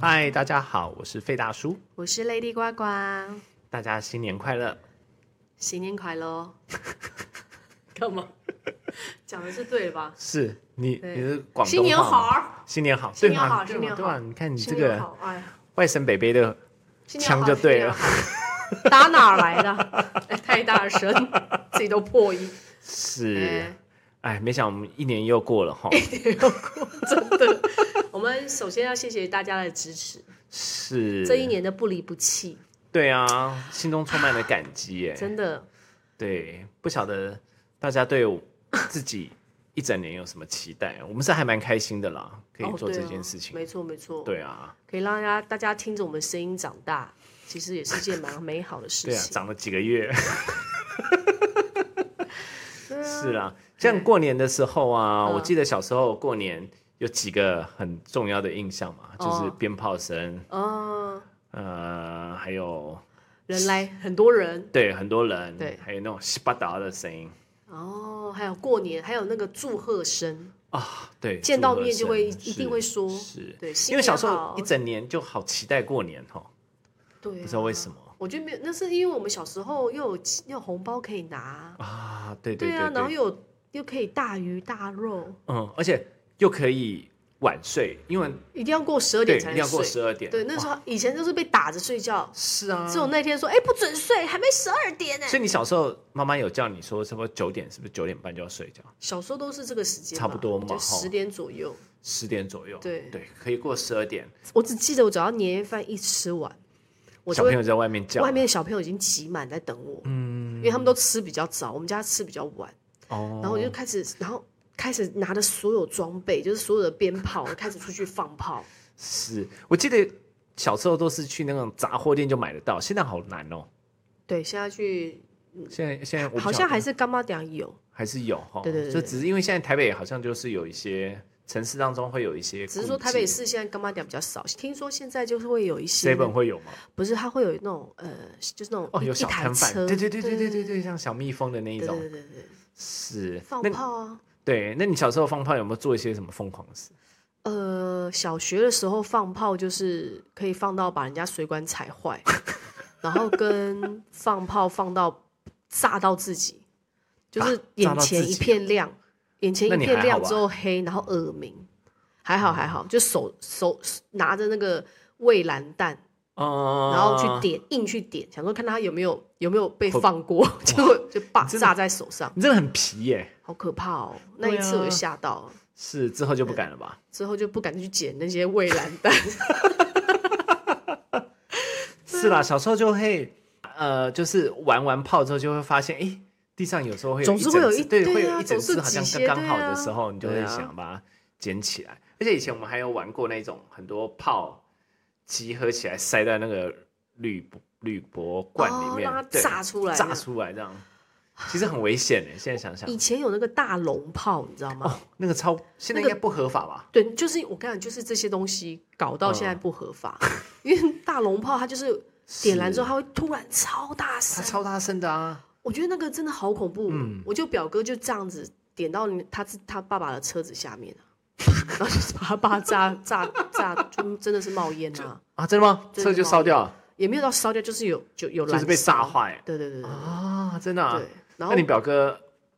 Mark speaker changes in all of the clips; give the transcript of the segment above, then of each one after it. Speaker 1: 嗨，大家好，我是费大叔，
Speaker 2: 我是 Lady 呱呱，
Speaker 1: 大家新年快乐！
Speaker 2: 新年快乐！ 干嘛？讲的是对的吧？
Speaker 1: 是你
Speaker 2: 对
Speaker 1: 你是广东话吗
Speaker 2: 新年好，
Speaker 1: 新年好，
Speaker 2: 新
Speaker 1: 对
Speaker 2: 年
Speaker 1: 吗？
Speaker 2: 好
Speaker 1: 对
Speaker 2: 新
Speaker 1: 吗？
Speaker 2: 年
Speaker 1: 对
Speaker 2: 好
Speaker 1: 吧？你看你这
Speaker 2: 新年
Speaker 1: 个
Speaker 2: 好，哎呀，
Speaker 1: 外省北北的，
Speaker 2: 新年好
Speaker 1: 腔就对了，
Speaker 2: 新年好打哪儿来的？ 哎太 大声，自己都破音。
Speaker 1: 是
Speaker 2: 哎
Speaker 1: 哎，没想到我们一年又过了哈，
Speaker 2: 我们首先要谢谢大家的支持，
Speaker 1: 是
Speaker 2: 这一年的不离不弃，
Speaker 1: 对啊，心中充满了感激哎，
Speaker 2: 真的
Speaker 1: 对，不晓得大家对我自己一整年有什么期待？我们是还蛮开心的啦，可以
Speaker 2: 哦
Speaker 1: 做
Speaker 2: 对
Speaker 1: 这
Speaker 2: 啊
Speaker 1: 件事情，
Speaker 2: 没错没错，
Speaker 1: 对啊，
Speaker 2: 可以让大家大家听着我们声音长大，其实也是件蛮美好的事
Speaker 1: 对啊，
Speaker 2: 情。
Speaker 1: 长了几个月。
Speaker 2: 对啊
Speaker 1: 是啊，像过年的时候啊，
Speaker 2: 嗯
Speaker 1: 我记得小时候过年有几个很重要的印象嘛，就是
Speaker 2: 哦
Speaker 1: 鞭炮声，
Speaker 2: 哦，
Speaker 1: 呃，还有
Speaker 2: 人来很多人
Speaker 1: 对很多人，
Speaker 2: 对
Speaker 1: 还有那种稀巴达的声音
Speaker 2: 哦，还有过年，还有那个祝贺声，
Speaker 1: 啊，对，
Speaker 2: 见到
Speaker 1: 祝贺
Speaker 2: 面就
Speaker 1: 声
Speaker 2: 会
Speaker 1: 是
Speaker 2: 一定会说，
Speaker 1: 是，
Speaker 2: 对，
Speaker 1: 因为小时
Speaker 2: 新年
Speaker 1: 候
Speaker 2: 好
Speaker 1: 一整年就好期待过年哦，
Speaker 2: 对、啊
Speaker 1: 不知道为什么。
Speaker 2: 我觉得没有，那是因为我们小时候又有又有红包可以拿，
Speaker 1: 啊，对对
Speaker 2: 啊，然后
Speaker 1: 对，
Speaker 2: 又有又可以大鱼大肉，
Speaker 1: 嗯，而且又可以晚睡，因为
Speaker 2: 一定要过十二
Speaker 1: 对一
Speaker 2: 点才
Speaker 1: 定
Speaker 2: 能
Speaker 1: 要过
Speaker 2: 睡。
Speaker 1: 十二点，
Speaker 2: 对，那时
Speaker 1: 哇
Speaker 2: 候以前都是被打着睡觉，
Speaker 1: 是啊，
Speaker 2: 只有那天说，哎、不准睡，还没十二点呢、
Speaker 1: 所以你小时候妈妈有叫你说什么九点是不是九点半就要睡觉？
Speaker 2: 小时候都是这个时间嘛，
Speaker 1: 差不多嘛
Speaker 2: 就
Speaker 1: 吼
Speaker 2: 十点左右。
Speaker 1: 十点左右，
Speaker 2: 对
Speaker 1: 对，可以过十二点。
Speaker 2: 我只记得我只要年夜饭一吃完，我
Speaker 1: 小
Speaker 2: 就
Speaker 1: 朋
Speaker 2: 会
Speaker 1: 友在外面叫，
Speaker 2: 外面的小朋友已经挤满在等我，
Speaker 1: 嗯，
Speaker 2: 因为他们都吃比较早，我们家吃比较晚，
Speaker 1: 哦，
Speaker 2: 然后我就开始，然后开始拿着所有装备，就是所有的鞭炮，开始出去 放炮。
Speaker 1: 是我记得小时候都是去那种杂货店就买得到，现在好难哦。
Speaker 2: 对，现在去
Speaker 1: 现在现在我不
Speaker 2: 嗯好
Speaker 1: 晓
Speaker 2: 像
Speaker 1: 得
Speaker 2: 还是干妈店有，
Speaker 1: 还是有哈，
Speaker 2: 对对对
Speaker 1: 就
Speaker 2: 对
Speaker 1: 只是因为现在台北好像就是有一些城市当中会有一些顾忌，
Speaker 2: 只是说台北市现在干妈店比较少。听说现在就是会有一些
Speaker 1: seven 会有吗？
Speaker 2: 不是，它会有那种呃，就是那种
Speaker 1: 哦，
Speaker 2: 一
Speaker 1: 有
Speaker 2: 一
Speaker 1: 小
Speaker 2: 台
Speaker 1: 摊贩，
Speaker 2: 车，
Speaker 1: 对对对对对对对，像小蜜蜂的那一
Speaker 2: 对对
Speaker 1: 种，
Speaker 2: 对对对，
Speaker 1: 是
Speaker 2: 放
Speaker 1: 那
Speaker 2: 炮啊。
Speaker 1: 对，那你小时候放炮有没有做一些什么疯狂的事？
Speaker 2: 呃，小学的时候放炮就是可以放到把人家水管踩坏， 然后跟放炮放到炸到自己，就
Speaker 1: 啊
Speaker 2: 是
Speaker 1: 炸
Speaker 2: 眼
Speaker 1: 到自
Speaker 2: 前一
Speaker 1: 己
Speaker 2: 片亮，眼前
Speaker 1: 那
Speaker 2: 一
Speaker 1: 你
Speaker 2: 片
Speaker 1: 还好
Speaker 2: 亮
Speaker 1: 吧嗯
Speaker 2: 之后黑，然后耳鸣，还好还好，就手手拿着那个蔚蓝弹，
Speaker 1: 哦
Speaker 2: 然后去点硬去点，想说看他有没有有没有被
Speaker 1: 会
Speaker 2: 放过，结果就把
Speaker 1: 真的
Speaker 2: 炸在手上，
Speaker 1: 你真的很皮耶、
Speaker 2: 好可怕哦！那
Speaker 1: 对
Speaker 2: 一次我
Speaker 1: 啊
Speaker 2: 就吓到了。
Speaker 1: 是之后就不敢了吧？
Speaker 2: 之后就不敢去捡那些蔚蓝蛋，
Speaker 1: 是
Speaker 2: 啊
Speaker 1: 啦，小时候就会，呃，就是玩完炮之后就会发现，哎、地上有时候会有
Speaker 2: 总是会有
Speaker 1: 整只
Speaker 2: 一
Speaker 1: 对，
Speaker 2: 对啊
Speaker 1: 会有一整
Speaker 2: 总
Speaker 1: 只
Speaker 2: 是
Speaker 1: 好像
Speaker 2: 几些
Speaker 1: 刚刚好
Speaker 2: 对
Speaker 1: 的
Speaker 2: 啊
Speaker 1: 时候，你就会
Speaker 2: 对啊
Speaker 1: 想把它捡起来。而且以前我们还有玩过那种很多炮集合起来塞在那个铝铝箔罐里面，
Speaker 2: 哦让它
Speaker 1: 对
Speaker 2: 炸出来
Speaker 1: 炸
Speaker 2: 的
Speaker 1: 出来这样，其实很危险诶。现在想想
Speaker 2: 以，前有那个大龙炮，你知道吗？
Speaker 1: 哦，那个超现在
Speaker 2: 那
Speaker 1: 应
Speaker 2: 个
Speaker 1: 该不合法吧？
Speaker 2: 对，就是我跟你讲，就是这些东西搞到
Speaker 1: 嗯
Speaker 2: 现在不合法， 因为大龙炮它就是点燃之后，它会突然超大
Speaker 1: 它
Speaker 2: 声，
Speaker 1: 超大声的啊！
Speaker 2: 我觉得那个真的好恐怖。
Speaker 1: 嗯
Speaker 2: 我就表哥就这样子点到他自他爸爸的车子下 面啊然后就是把他爸炸炸炸，就真的是冒烟啊，
Speaker 1: 啊，真的吗？
Speaker 2: 真的
Speaker 1: 车就
Speaker 2: 吗
Speaker 1: 烧掉了，
Speaker 2: 也没有到烧掉，就是有就有
Speaker 1: 就
Speaker 2: 燃
Speaker 1: 是被炸
Speaker 2: 烧。
Speaker 1: 坏
Speaker 2: 对对对对对，
Speaker 1: 啊！真的啊。
Speaker 2: 对然后
Speaker 1: 那你表哥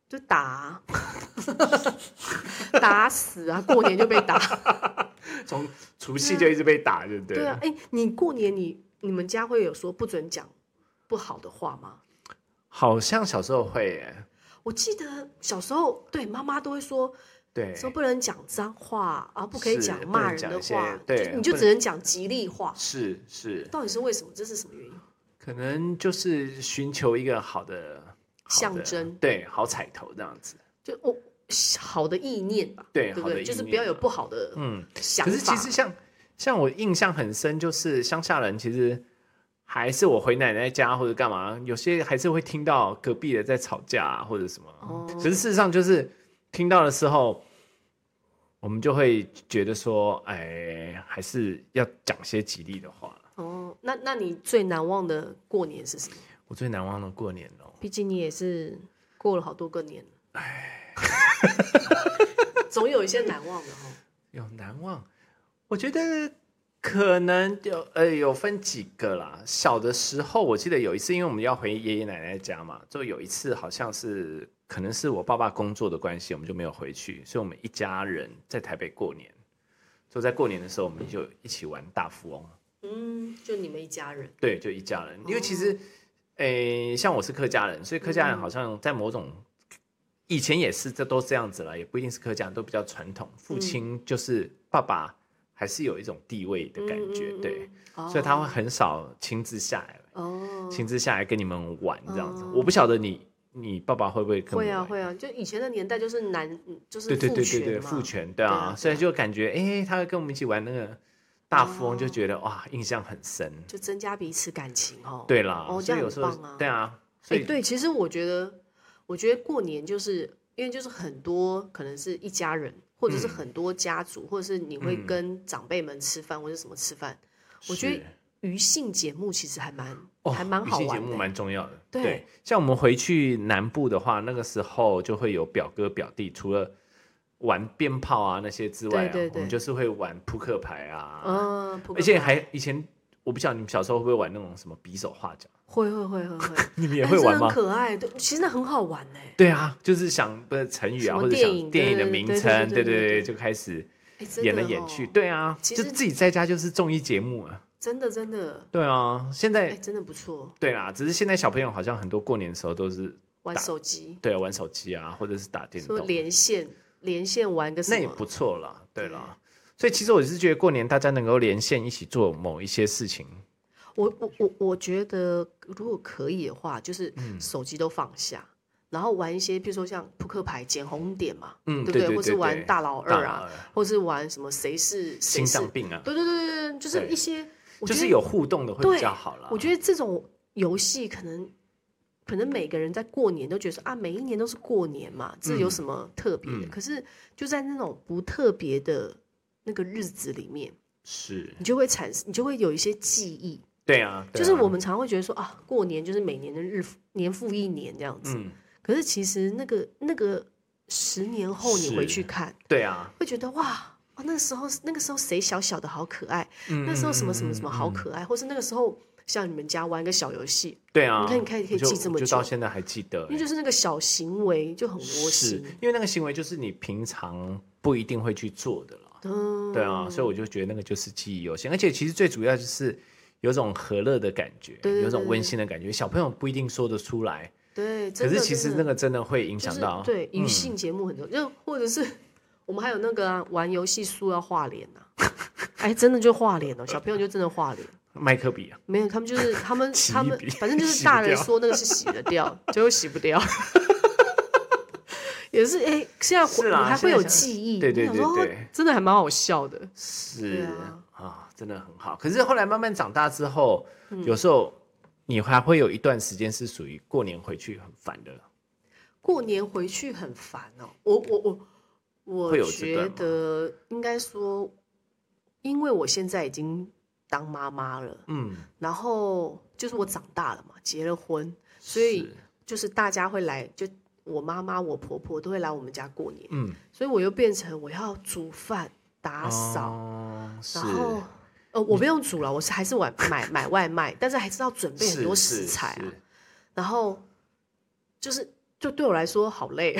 Speaker 2: 就打啊、 打死啊！过年就被打。
Speaker 1: 从除夕就一直被打， 对不对？
Speaker 2: 嗯对啊，哎、你过年你你们家会有说不准讲不好的话吗？
Speaker 1: 好像小时候会耶，
Speaker 2: 我记得小时候，对妈妈都会说，
Speaker 1: 对，
Speaker 2: 说不能讲脏话啊，不可以
Speaker 1: 是
Speaker 2: 讲
Speaker 1: 不
Speaker 2: 骂
Speaker 1: 能
Speaker 2: 人
Speaker 1: 讲
Speaker 2: 的
Speaker 1: 一些
Speaker 2: 话，
Speaker 1: 对
Speaker 2: 就你就
Speaker 1: 不
Speaker 2: 只能讲吉利话。
Speaker 1: 是是，
Speaker 2: 到底是为什么？这是什么原因？
Speaker 1: 可能就是寻求一个好的好的
Speaker 2: 象征
Speaker 1: 对，好彩头这样子。
Speaker 2: 就我好的意念吧，
Speaker 1: 对
Speaker 2: 对不
Speaker 1: 好的
Speaker 2: 对？
Speaker 1: 意
Speaker 2: 就是不
Speaker 1: 念
Speaker 2: 要有
Speaker 1: 嘛
Speaker 2: 不好的
Speaker 1: 嗯，
Speaker 2: 想
Speaker 1: 可
Speaker 2: 法。
Speaker 1: 是其实像像我印象很深，就是乡下人其实还是我回奶奶家或者干嘛，有些还是会听到隔壁的在吵架、啊、或者什么。
Speaker 2: 哦
Speaker 1: 可是事实上就是听到的时候，我们就会觉得说，哎，还是要讲些吉利的话。
Speaker 2: 哦，那那你最难忘的过年是什么？
Speaker 1: 我最难忘的过年哦，
Speaker 2: 毕竟你也是过了好多个年了， 总有一些难忘的哦。
Speaker 1: 有难忘。我觉得可能有呃有分几个啦。小的时候，我记得有一次，因为我们要回爷爷奶奶家嘛，就有一次好像是可能是我爸爸工作的关系，我们就没有回去，所以我们一家人在台北过年。就在过年的时候，我们就一起玩大富翁。
Speaker 2: 嗯，就你们一家人，
Speaker 1: 对，就一家人。因为其
Speaker 2: 哦
Speaker 1: 实，诶、像我是客家人，所以客
Speaker 2: 嗯
Speaker 1: 家人好像在某种以前也是，这都这样子了，也不一定是客家人，都比较传统。
Speaker 2: 嗯
Speaker 1: 父亲就是爸爸，还是有一种地位的感觉，
Speaker 2: 嗯嗯嗯
Speaker 1: 对，
Speaker 2: 哦
Speaker 1: 所以他会很少亲自下来，
Speaker 2: 哦，
Speaker 1: 亲自下来跟你们玩这样子。
Speaker 2: 哦
Speaker 1: 我不晓得你你爸爸会不会跟我
Speaker 2: 会
Speaker 1: 们
Speaker 2: 啊
Speaker 1: 玩
Speaker 2: 会啊，就以前的年代就是男，就是
Speaker 1: 对对对对对，
Speaker 2: 嘛
Speaker 1: 父权对
Speaker 2: 对啊
Speaker 1: 啊，
Speaker 2: 对
Speaker 1: 所以
Speaker 2: 啊
Speaker 1: 就感觉哎、诶他会跟我们一起玩那个大富翁，
Speaker 2: 哦
Speaker 1: 就觉得哇，印象很深。
Speaker 2: 就增加彼此感情哦。
Speaker 1: 对啦，
Speaker 2: 哦，
Speaker 1: 所
Speaker 2: 这
Speaker 1: 以
Speaker 2: 样
Speaker 1: 有
Speaker 2: 很
Speaker 1: 时候
Speaker 2: 棒啊。
Speaker 1: 对啊，所
Speaker 2: 哎、
Speaker 1: 以、
Speaker 2: 对，其实我觉得，我觉得过年就是因为就是很多可能是一家人，或者
Speaker 1: 嗯
Speaker 2: 是很多家族，或者是你会
Speaker 1: 嗯
Speaker 2: 跟长辈们吃饭，或者什么吃饭，我觉得
Speaker 1: 是
Speaker 2: 余兴节目其实还蛮、
Speaker 1: 哦，
Speaker 2: 还蛮
Speaker 1: 女
Speaker 2: 好
Speaker 1: 性
Speaker 2: 玩
Speaker 1: 节目
Speaker 2: 的。
Speaker 1: 蛮重要的。
Speaker 2: 对
Speaker 1: 像我们回去南部的话，那个时候就会有表哥表弟，除了玩鞭炮啊那些之外、啊，
Speaker 2: 对对对
Speaker 1: 我们就是会玩扑克牌啊，
Speaker 2: 嗯，扑克
Speaker 1: 而且
Speaker 2: 牌
Speaker 1: 还以前我不晓得你们小时候会不会玩那种什么匕首画脚，
Speaker 2: 会会会会会，
Speaker 1: 你 们也
Speaker 2: 哎
Speaker 1: 会
Speaker 2: 真的
Speaker 1: 玩吗？
Speaker 2: 很可爱，对，其实那很好玩呢、
Speaker 1: 对啊，就是想不是成语
Speaker 2: 什
Speaker 1: 啊，
Speaker 2: 么
Speaker 1: 或者
Speaker 2: 电
Speaker 1: 想
Speaker 2: 影
Speaker 1: 电影的
Speaker 2: 对
Speaker 1: 名
Speaker 2: 对对
Speaker 1: 称，
Speaker 2: 对对
Speaker 1: 对
Speaker 2: 对对
Speaker 1: 就开始
Speaker 2: 哎真的
Speaker 1: 演来演去。
Speaker 2: 哦
Speaker 1: 对啊，
Speaker 2: 其
Speaker 1: 就
Speaker 2: 实
Speaker 1: 自己在家就是综艺节目啊。
Speaker 2: 真的真的，
Speaker 1: 对啊，现
Speaker 2: 哎、
Speaker 1: 在
Speaker 2: 真的不错，
Speaker 1: 对啦，只是现在小朋友好像很多过年的时候都是
Speaker 2: 玩
Speaker 1: 打
Speaker 2: 手机，
Speaker 1: 对啊玩手机啊，或者是打电
Speaker 2: 说
Speaker 1: 动，
Speaker 2: 连线连线玩个什
Speaker 1: 那
Speaker 2: 么，
Speaker 1: 也不错啦。对
Speaker 2: 对
Speaker 1: 啦，所以其实我是觉得过年大家能够连线一起做某一些事情，
Speaker 2: 我我我我觉得，如果可以的话，就是
Speaker 1: 嗯
Speaker 2: 手机都放下，然后玩一些，譬如说像扑克牌、捡红点嘛，
Speaker 1: 嗯，
Speaker 2: 对不
Speaker 1: 对
Speaker 2: 或是玩大老
Speaker 1: 大
Speaker 2: 二啊，或是玩什么谁是谁
Speaker 1: 心
Speaker 2: 是
Speaker 1: 脏，病啊，
Speaker 2: 对对对对对，就是
Speaker 1: 对
Speaker 2: 一些，我
Speaker 1: 就
Speaker 2: 觉
Speaker 1: 是
Speaker 2: 得，
Speaker 1: 有互动的会
Speaker 2: 对
Speaker 1: 比较好啦。
Speaker 2: 我觉得这种游戏可能。可能每个人在过年都觉得说啊，每一年都是过年嘛，这有
Speaker 1: 嗯
Speaker 2: 什么特别的？
Speaker 1: 嗯
Speaker 2: 可是就在那种不特别的那个日子里面，
Speaker 1: 是
Speaker 2: 你就会产生，你就会有一些记忆。
Speaker 1: 对啊，对
Speaker 2: 就是
Speaker 1: 啊
Speaker 2: 我们常会觉得说啊，过年就是每年的日复年复一年这样子。
Speaker 1: 嗯，
Speaker 2: 可是其实那个那个十年后你回去
Speaker 1: 是
Speaker 2: 看，
Speaker 1: 对啊，
Speaker 2: 会觉得哇，啊那时候那个时候谁小小的好可爱，
Speaker 1: 嗯
Speaker 2: 那时候什么什么什么
Speaker 1: 嗯
Speaker 2: 好
Speaker 1: 嗯嗯
Speaker 2: 可爱，或是那个时候像你们家玩个小游戏，
Speaker 1: 对啊，
Speaker 2: 你看你看你可以
Speaker 1: 我就
Speaker 2: 记这么
Speaker 1: 我就
Speaker 2: 久
Speaker 1: 到现在还记得、
Speaker 2: 因为
Speaker 1: 欸
Speaker 2: 就是那个小行为就很窝
Speaker 1: 是
Speaker 2: 心。
Speaker 1: 因为那个行为就是你平常不一定会去做的了，
Speaker 2: 嗯，
Speaker 1: 对啊，所以我就觉得那个就是记忆犹新，而且其实最主要就是有种和乐的感觉，
Speaker 2: 对对
Speaker 1: 有种
Speaker 2: 对
Speaker 1: 温馨的感觉，小朋友不一定说得出来，
Speaker 2: 对，
Speaker 1: 可
Speaker 2: 真的
Speaker 1: 是其实
Speaker 2: 真
Speaker 1: 那
Speaker 2: 的
Speaker 1: 个真的会影
Speaker 2: 就
Speaker 1: 响
Speaker 2: 是
Speaker 1: 到，
Speaker 2: 对
Speaker 1: 嗯
Speaker 2: 娱性节目很多，就或者是我们还有那个啊，玩游戏输要画脸呐、 哎，真的就画脸哦，小朋友就真的画脸，
Speaker 1: 麦克笔啊，
Speaker 2: 没有他们就是他们
Speaker 1: 洗一
Speaker 2: 他们
Speaker 1: 笔
Speaker 2: 反正就
Speaker 1: 洗
Speaker 2: 是
Speaker 1: 不
Speaker 2: 大人
Speaker 1: 掉
Speaker 2: 说那个是洗得掉，结果洗不掉。 也是哎，现在
Speaker 1: 是
Speaker 2: 回你
Speaker 1: 啦
Speaker 2: 还
Speaker 1: 现
Speaker 2: 会
Speaker 1: 在
Speaker 2: 有
Speaker 1: 想
Speaker 2: 记忆，
Speaker 1: 对对
Speaker 2: 你想说哦
Speaker 1: 对对
Speaker 2: 真的还蛮好笑的。
Speaker 1: 是
Speaker 2: 啊
Speaker 1: 啊，真的很好。可是后来慢慢长大之后，
Speaker 2: 嗯
Speaker 1: 有时候你还会有一段时间是属于过年回去很烦的，
Speaker 2: 过年回去很烦哦，我我我
Speaker 1: 会
Speaker 2: 我
Speaker 1: 有这段
Speaker 2: 觉
Speaker 1: 吗
Speaker 2: 得应该说，因为我现在已经当妈妈了，
Speaker 1: 嗯，
Speaker 2: 然后就是我长大了嘛，结了婚，所以
Speaker 1: 是
Speaker 2: 就是大家会来，就我妈妈、我婆婆都会来我们家过年，
Speaker 1: 嗯。
Speaker 2: 所以我又变成我要煮饭、打扫，
Speaker 1: 哦、是
Speaker 2: 然后呃我不用煮了，我是还是晚买买外卖，但是还是要准备很多食材啊，然后就是就对我来说好累，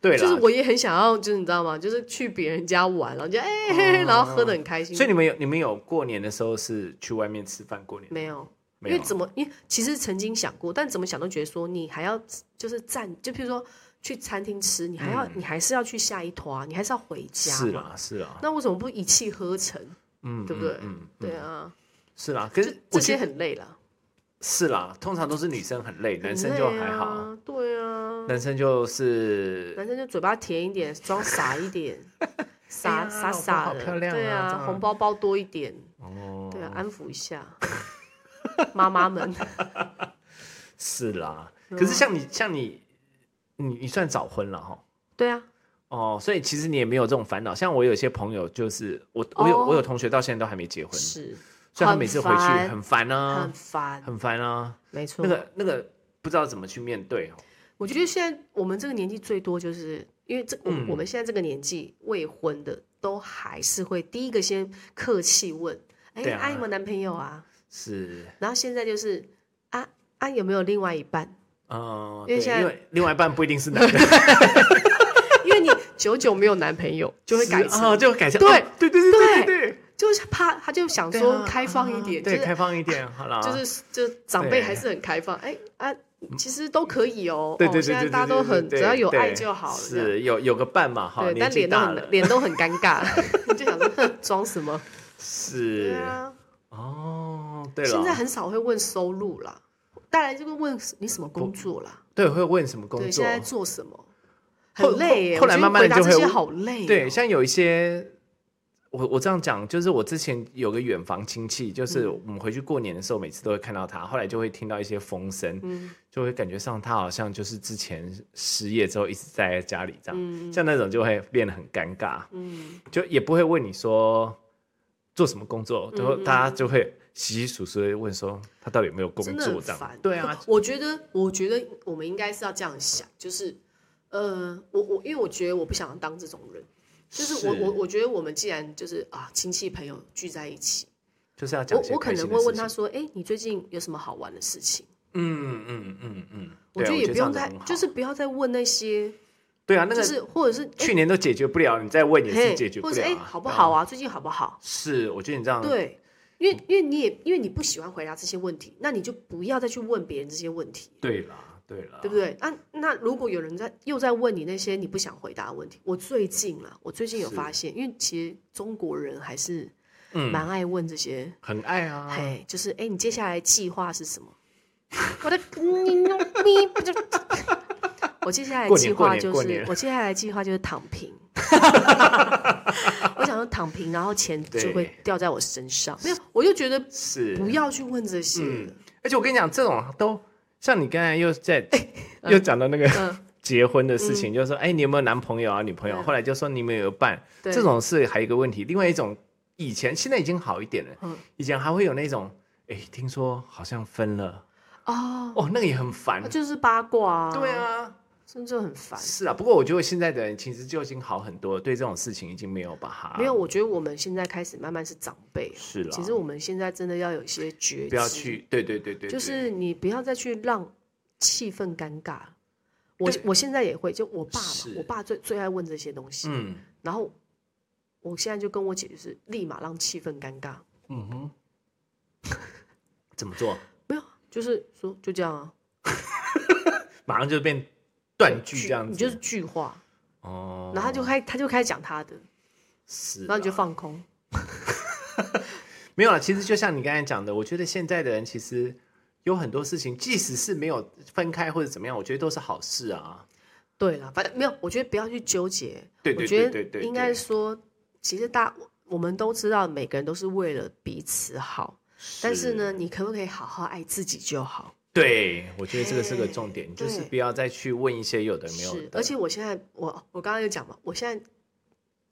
Speaker 1: 对
Speaker 2: 就是
Speaker 1: 啦。
Speaker 2: 我也很想要，就是你知道吗？就是去别人家玩，然后就哎、嘿嘿，然后喝的很开
Speaker 1: 哦
Speaker 2: 心，
Speaker 1: 所以你们有你们有过年的时候是去外面吃饭过年？
Speaker 2: 没有。
Speaker 1: 没
Speaker 2: 因
Speaker 1: 有
Speaker 2: 为怎么，因为其实曾经想过，但怎么想都觉得说你还要就是站，就譬如说去餐厅吃，你还要、你还是要去下一团，你还是要回家
Speaker 1: 嗯是
Speaker 2: 嘛。
Speaker 1: 啦是啦，
Speaker 2: 那为什么不一气呵成？
Speaker 1: 嗯，
Speaker 2: 对不对
Speaker 1: 嗯嗯，嗯
Speaker 2: 对啊，
Speaker 1: 是啦。可
Speaker 2: 就是这
Speaker 1: 我觉
Speaker 2: 些
Speaker 1: 得
Speaker 2: 很累了，
Speaker 1: 是啦，通常都是女生很累，男生
Speaker 2: 很
Speaker 1: 就
Speaker 2: 累
Speaker 1: 还好，
Speaker 2: 啊。对啊，
Speaker 1: 男生就是
Speaker 2: 男生就嘴巴甜一 点，装傻一点，
Speaker 1: 哎
Speaker 2: 傻
Speaker 1: 呀
Speaker 2: 傻
Speaker 1: 老婆
Speaker 2: 傻
Speaker 1: 好
Speaker 2: 的，
Speaker 1: 漂亮
Speaker 2: 对
Speaker 1: 啊这
Speaker 2: 啊，
Speaker 1: 样
Speaker 2: 红包包多一点，
Speaker 1: 哦，
Speaker 2: 对啊，安抚一下妈妈们。
Speaker 1: 是啦。
Speaker 2: 啊
Speaker 1: 可是像你像你你你算早婚了哈。
Speaker 2: 对啊，
Speaker 1: 哦，所以其实你也没有这种烦恼。像我有些朋友，就是我，我有、
Speaker 2: 哦
Speaker 1: 我有同学到现在都还没结婚，所
Speaker 2: 是
Speaker 1: 以他每次回去
Speaker 2: 很烦
Speaker 1: 很烦啊
Speaker 2: 很，烦，
Speaker 1: 很烦啊。
Speaker 2: 没错。
Speaker 1: 那个那个不知道怎么去面对哦。
Speaker 2: 我觉得现在我们这个年纪最多就是因为这，我、
Speaker 1: 嗯
Speaker 2: 我们现在这个年纪未婚的，都还是会第一个先客气问，哎、
Speaker 1: 对啊
Speaker 2: 啊有没有男朋 友啊？
Speaker 1: 是，
Speaker 2: 然后现在就是啊啊有没有另外一半？
Speaker 1: 嗯，
Speaker 2: 因为
Speaker 1: 对
Speaker 2: 现在
Speaker 1: 因为另外一半不一定是男的，
Speaker 2: 因为你久久没有男朋友， 就会改
Speaker 1: 是
Speaker 2: 成
Speaker 1: 哦，就会改成
Speaker 2: 对
Speaker 1: 哦对对对对对对，
Speaker 2: 就是怕他就想
Speaker 1: 对
Speaker 2: 说
Speaker 1: 啊
Speaker 2: 开放一点，啊
Speaker 1: 对，开放一点，好啦，
Speaker 2: 就是、就是就长
Speaker 1: 对
Speaker 2: 辈还是很开放，哎啊，其实都可以哦，
Speaker 1: 对对对
Speaker 2: 哦现在
Speaker 1: 对，
Speaker 2: 大家
Speaker 1: 对
Speaker 2: 都
Speaker 1: 对
Speaker 2: 很
Speaker 1: 对
Speaker 2: 只要有
Speaker 1: 对
Speaker 2: 爱就好了，这样
Speaker 1: 是有有个伴嘛哈，
Speaker 2: 对，
Speaker 1: 年
Speaker 2: 但
Speaker 1: 纪
Speaker 2: 脸都
Speaker 1: 大
Speaker 2: 很
Speaker 1: 了
Speaker 2: 脸都很尴尬， 就想说哼装什么？对
Speaker 1: 是
Speaker 2: 啊，
Speaker 1: 哦，对
Speaker 2: 现在
Speaker 1: 了，
Speaker 2: 很少会问收入啦，大概就会问你什么工作啦，
Speaker 1: 对会问什么工
Speaker 2: 对，
Speaker 1: 作
Speaker 2: 现？在做什么，
Speaker 1: 后
Speaker 2: 很累耶。
Speaker 1: 后后来
Speaker 2: 我觉得
Speaker 1: 慢慢的
Speaker 2: 回答
Speaker 1: 就会
Speaker 2: 这些好累哦，
Speaker 1: 对，像有一些，我我这样讲，就是我之前有个远房亲戚，就是
Speaker 2: 嗯
Speaker 1: 我们回去过年的时候，每次都会看到他，后来就会听到一些风声，
Speaker 2: 嗯
Speaker 1: 就会感觉上他好像就是之前失业之后一直待在家里这样，
Speaker 2: 嗯
Speaker 1: 像那种就会变得很尴尬，
Speaker 2: 嗯，
Speaker 1: 就也不会问你说做什么工作，然后
Speaker 2: 嗯嗯
Speaker 1: 大家就会稀稀疏疏的问说他到底有没有工
Speaker 2: 真的
Speaker 1: 作
Speaker 2: 很
Speaker 1: 这样
Speaker 2: 烦。，
Speaker 1: 对啊，
Speaker 2: 我觉得我觉得我们应该是要这样想，就是呃，我我因为我觉得我不想当这种人。就是我
Speaker 1: 是
Speaker 2: 我我觉得我们既然就是啊亲戚朋友聚在一起，
Speaker 1: 就是要讲
Speaker 2: 我
Speaker 1: 一些
Speaker 2: 我可
Speaker 1: 开心
Speaker 2: 能
Speaker 1: 的
Speaker 2: 会问
Speaker 1: 事
Speaker 2: 他
Speaker 1: 情，
Speaker 2: 说，哎、你最近有什么好玩的事情？
Speaker 1: 嗯嗯嗯嗯，
Speaker 2: 我
Speaker 1: 对
Speaker 2: 觉
Speaker 1: 啊
Speaker 2: 得也不
Speaker 1: 这样
Speaker 2: 用
Speaker 1: 子
Speaker 2: 再
Speaker 1: 很好
Speaker 2: 就是不要再问那些，
Speaker 1: 对啊，那个
Speaker 2: 就是或者是哎
Speaker 1: 去年都解决不了，你再问也是
Speaker 2: 嘿
Speaker 1: 解决不
Speaker 2: 或者
Speaker 1: 了、
Speaker 2: 哎、
Speaker 1: 啊，
Speaker 2: 好不
Speaker 1: 对啊嗯
Speaker 2: 好？啊？最近好不好？
Speaker 1: 是，我觉得你这样，
Speaker 2: 对，因为因为你也因为你不喜欢回答这些问题，那你就不要再去问别人这些问题，
Speaker 1: 对啦，对啦，
Speaker 2: 对不对？那、那如果有人在又在问你那些你不想回答的问题，我最近啦，我最近有
Speaker 1: 是
Speaker 2: 发现，因为其实中国人还是
Speaker 1: 嗯，
Speaker 2: 蛮爱问这些，
Speaker 1: 很爱啊，
Speaker 2: 嘿，就是哎、你接下来计划 是什么？我的嗯你牛逼！不就我接下来
Speaker 1: 过
Speaker 2: 计
Speaker 1: 年过
Speaker 2: 划
Speaker 1: 年
Speaker 2: 就
Speaker 1: 过
Speaker 2: 是
Speaker 1: 年，
Speaker 2: 我接下来计划就是躺 平。我想说躺平，然后钱就会
Speaker 1: 对
Speaker 2: 掉在我身上。没有，我就觉得
Speaker 1: 是
Speaker 2: 不要去问这些。
Speaker 1: 嗯而且我跟你讲，这种都像你刚才又在、 又讲到那个、
Speaker 2: 哎嗯
Speaker 1: 结婚的事情，就是说，哎、你有没有男朋友啊、女朋友？
Speaker 2: 嗯
Speaker 1: 后来就说你有没有伴，
Speaker 2: 对
Speaker 1: 这种是还有一个问题。另外一种，以前现在已经好一点了，
Speaker 2: 嗯
Speaker 1: 以前还会有那种，哎、听说好像分了，
Speaker 2: 哦，
Speaker 1: 哦，那个也很烦。
Speaker 2: 就是八卦、啊。
Speaker 1: 对，啊，
Speaker 2: 真的很烦。
Speaker 1: 是啊。不过我觉得现在的人其实就已经好很多，对这种事情已经没有把它
Speaker 2: 没有，我觉得我们现在开始慢慢是长辈了。
Speaker 1: 是啦
Speaker 2: 其实我们现在真的要有一些觉知，
Speaker 1: 不要去，对对对对对
Speaker 2: 就是你不要再去让气氛尴尬。我
Speaker 1: 对
Speaker 2: 我现在也会，就我爸嘛
Speaker 1: 是，
Speaker 2: 我爸最最爱问这些东西，
Speaker 1: 嗯
Speaker 2: 然后我现在就跟我姐就是立马让气氛尴尬，
Speaker 1: 嗯哼，怎么做？
Speaker 2: 没有，就是说就这样啊，
Speaker 1: 马上就变断句这样子，
Speaker 2: 你就是句话，
Speaker 1: 哦，
Speaker 2: 然后他就开他就开始讲他的，
Speaker 1: 是
Speaker 2: 然后你就
Speaker 1: 啦
Speaker 2: 放空，
Speaker 1: 没有了，其实就像你刚才讲的，我觉得现在的人其实有很多事情，即使是没有分开或者怎么样，我觉得都是好事啊。
Speaker 2: 对了，反正没有，我觉得不要去纠结，
Speaker 1: 对
Speaker 2: 我
Speaker 1: 对
Speaker 2: 觉
Speaker 1: 对对
Speaker 2: 得
Speaker 1: 对，
Speaker 2: 应该
Speaker 1: 是
Speaker 2: 说，其实大我们都知道，每个人都是为了彼此好，但是呢，，你可不可以好好爱自己就好？
Speaker 1: 对我觉得这个是个重点，
Speaker 2: 嘿
Speaker 1: 就是
Speaker 2: 对
Speaker 1: 不要再去问一些有的没有
Speaker 2: 是
Speaker 1: 的，，
Speaker 2: 而且我现在我我刚刚有讲嘛，我现在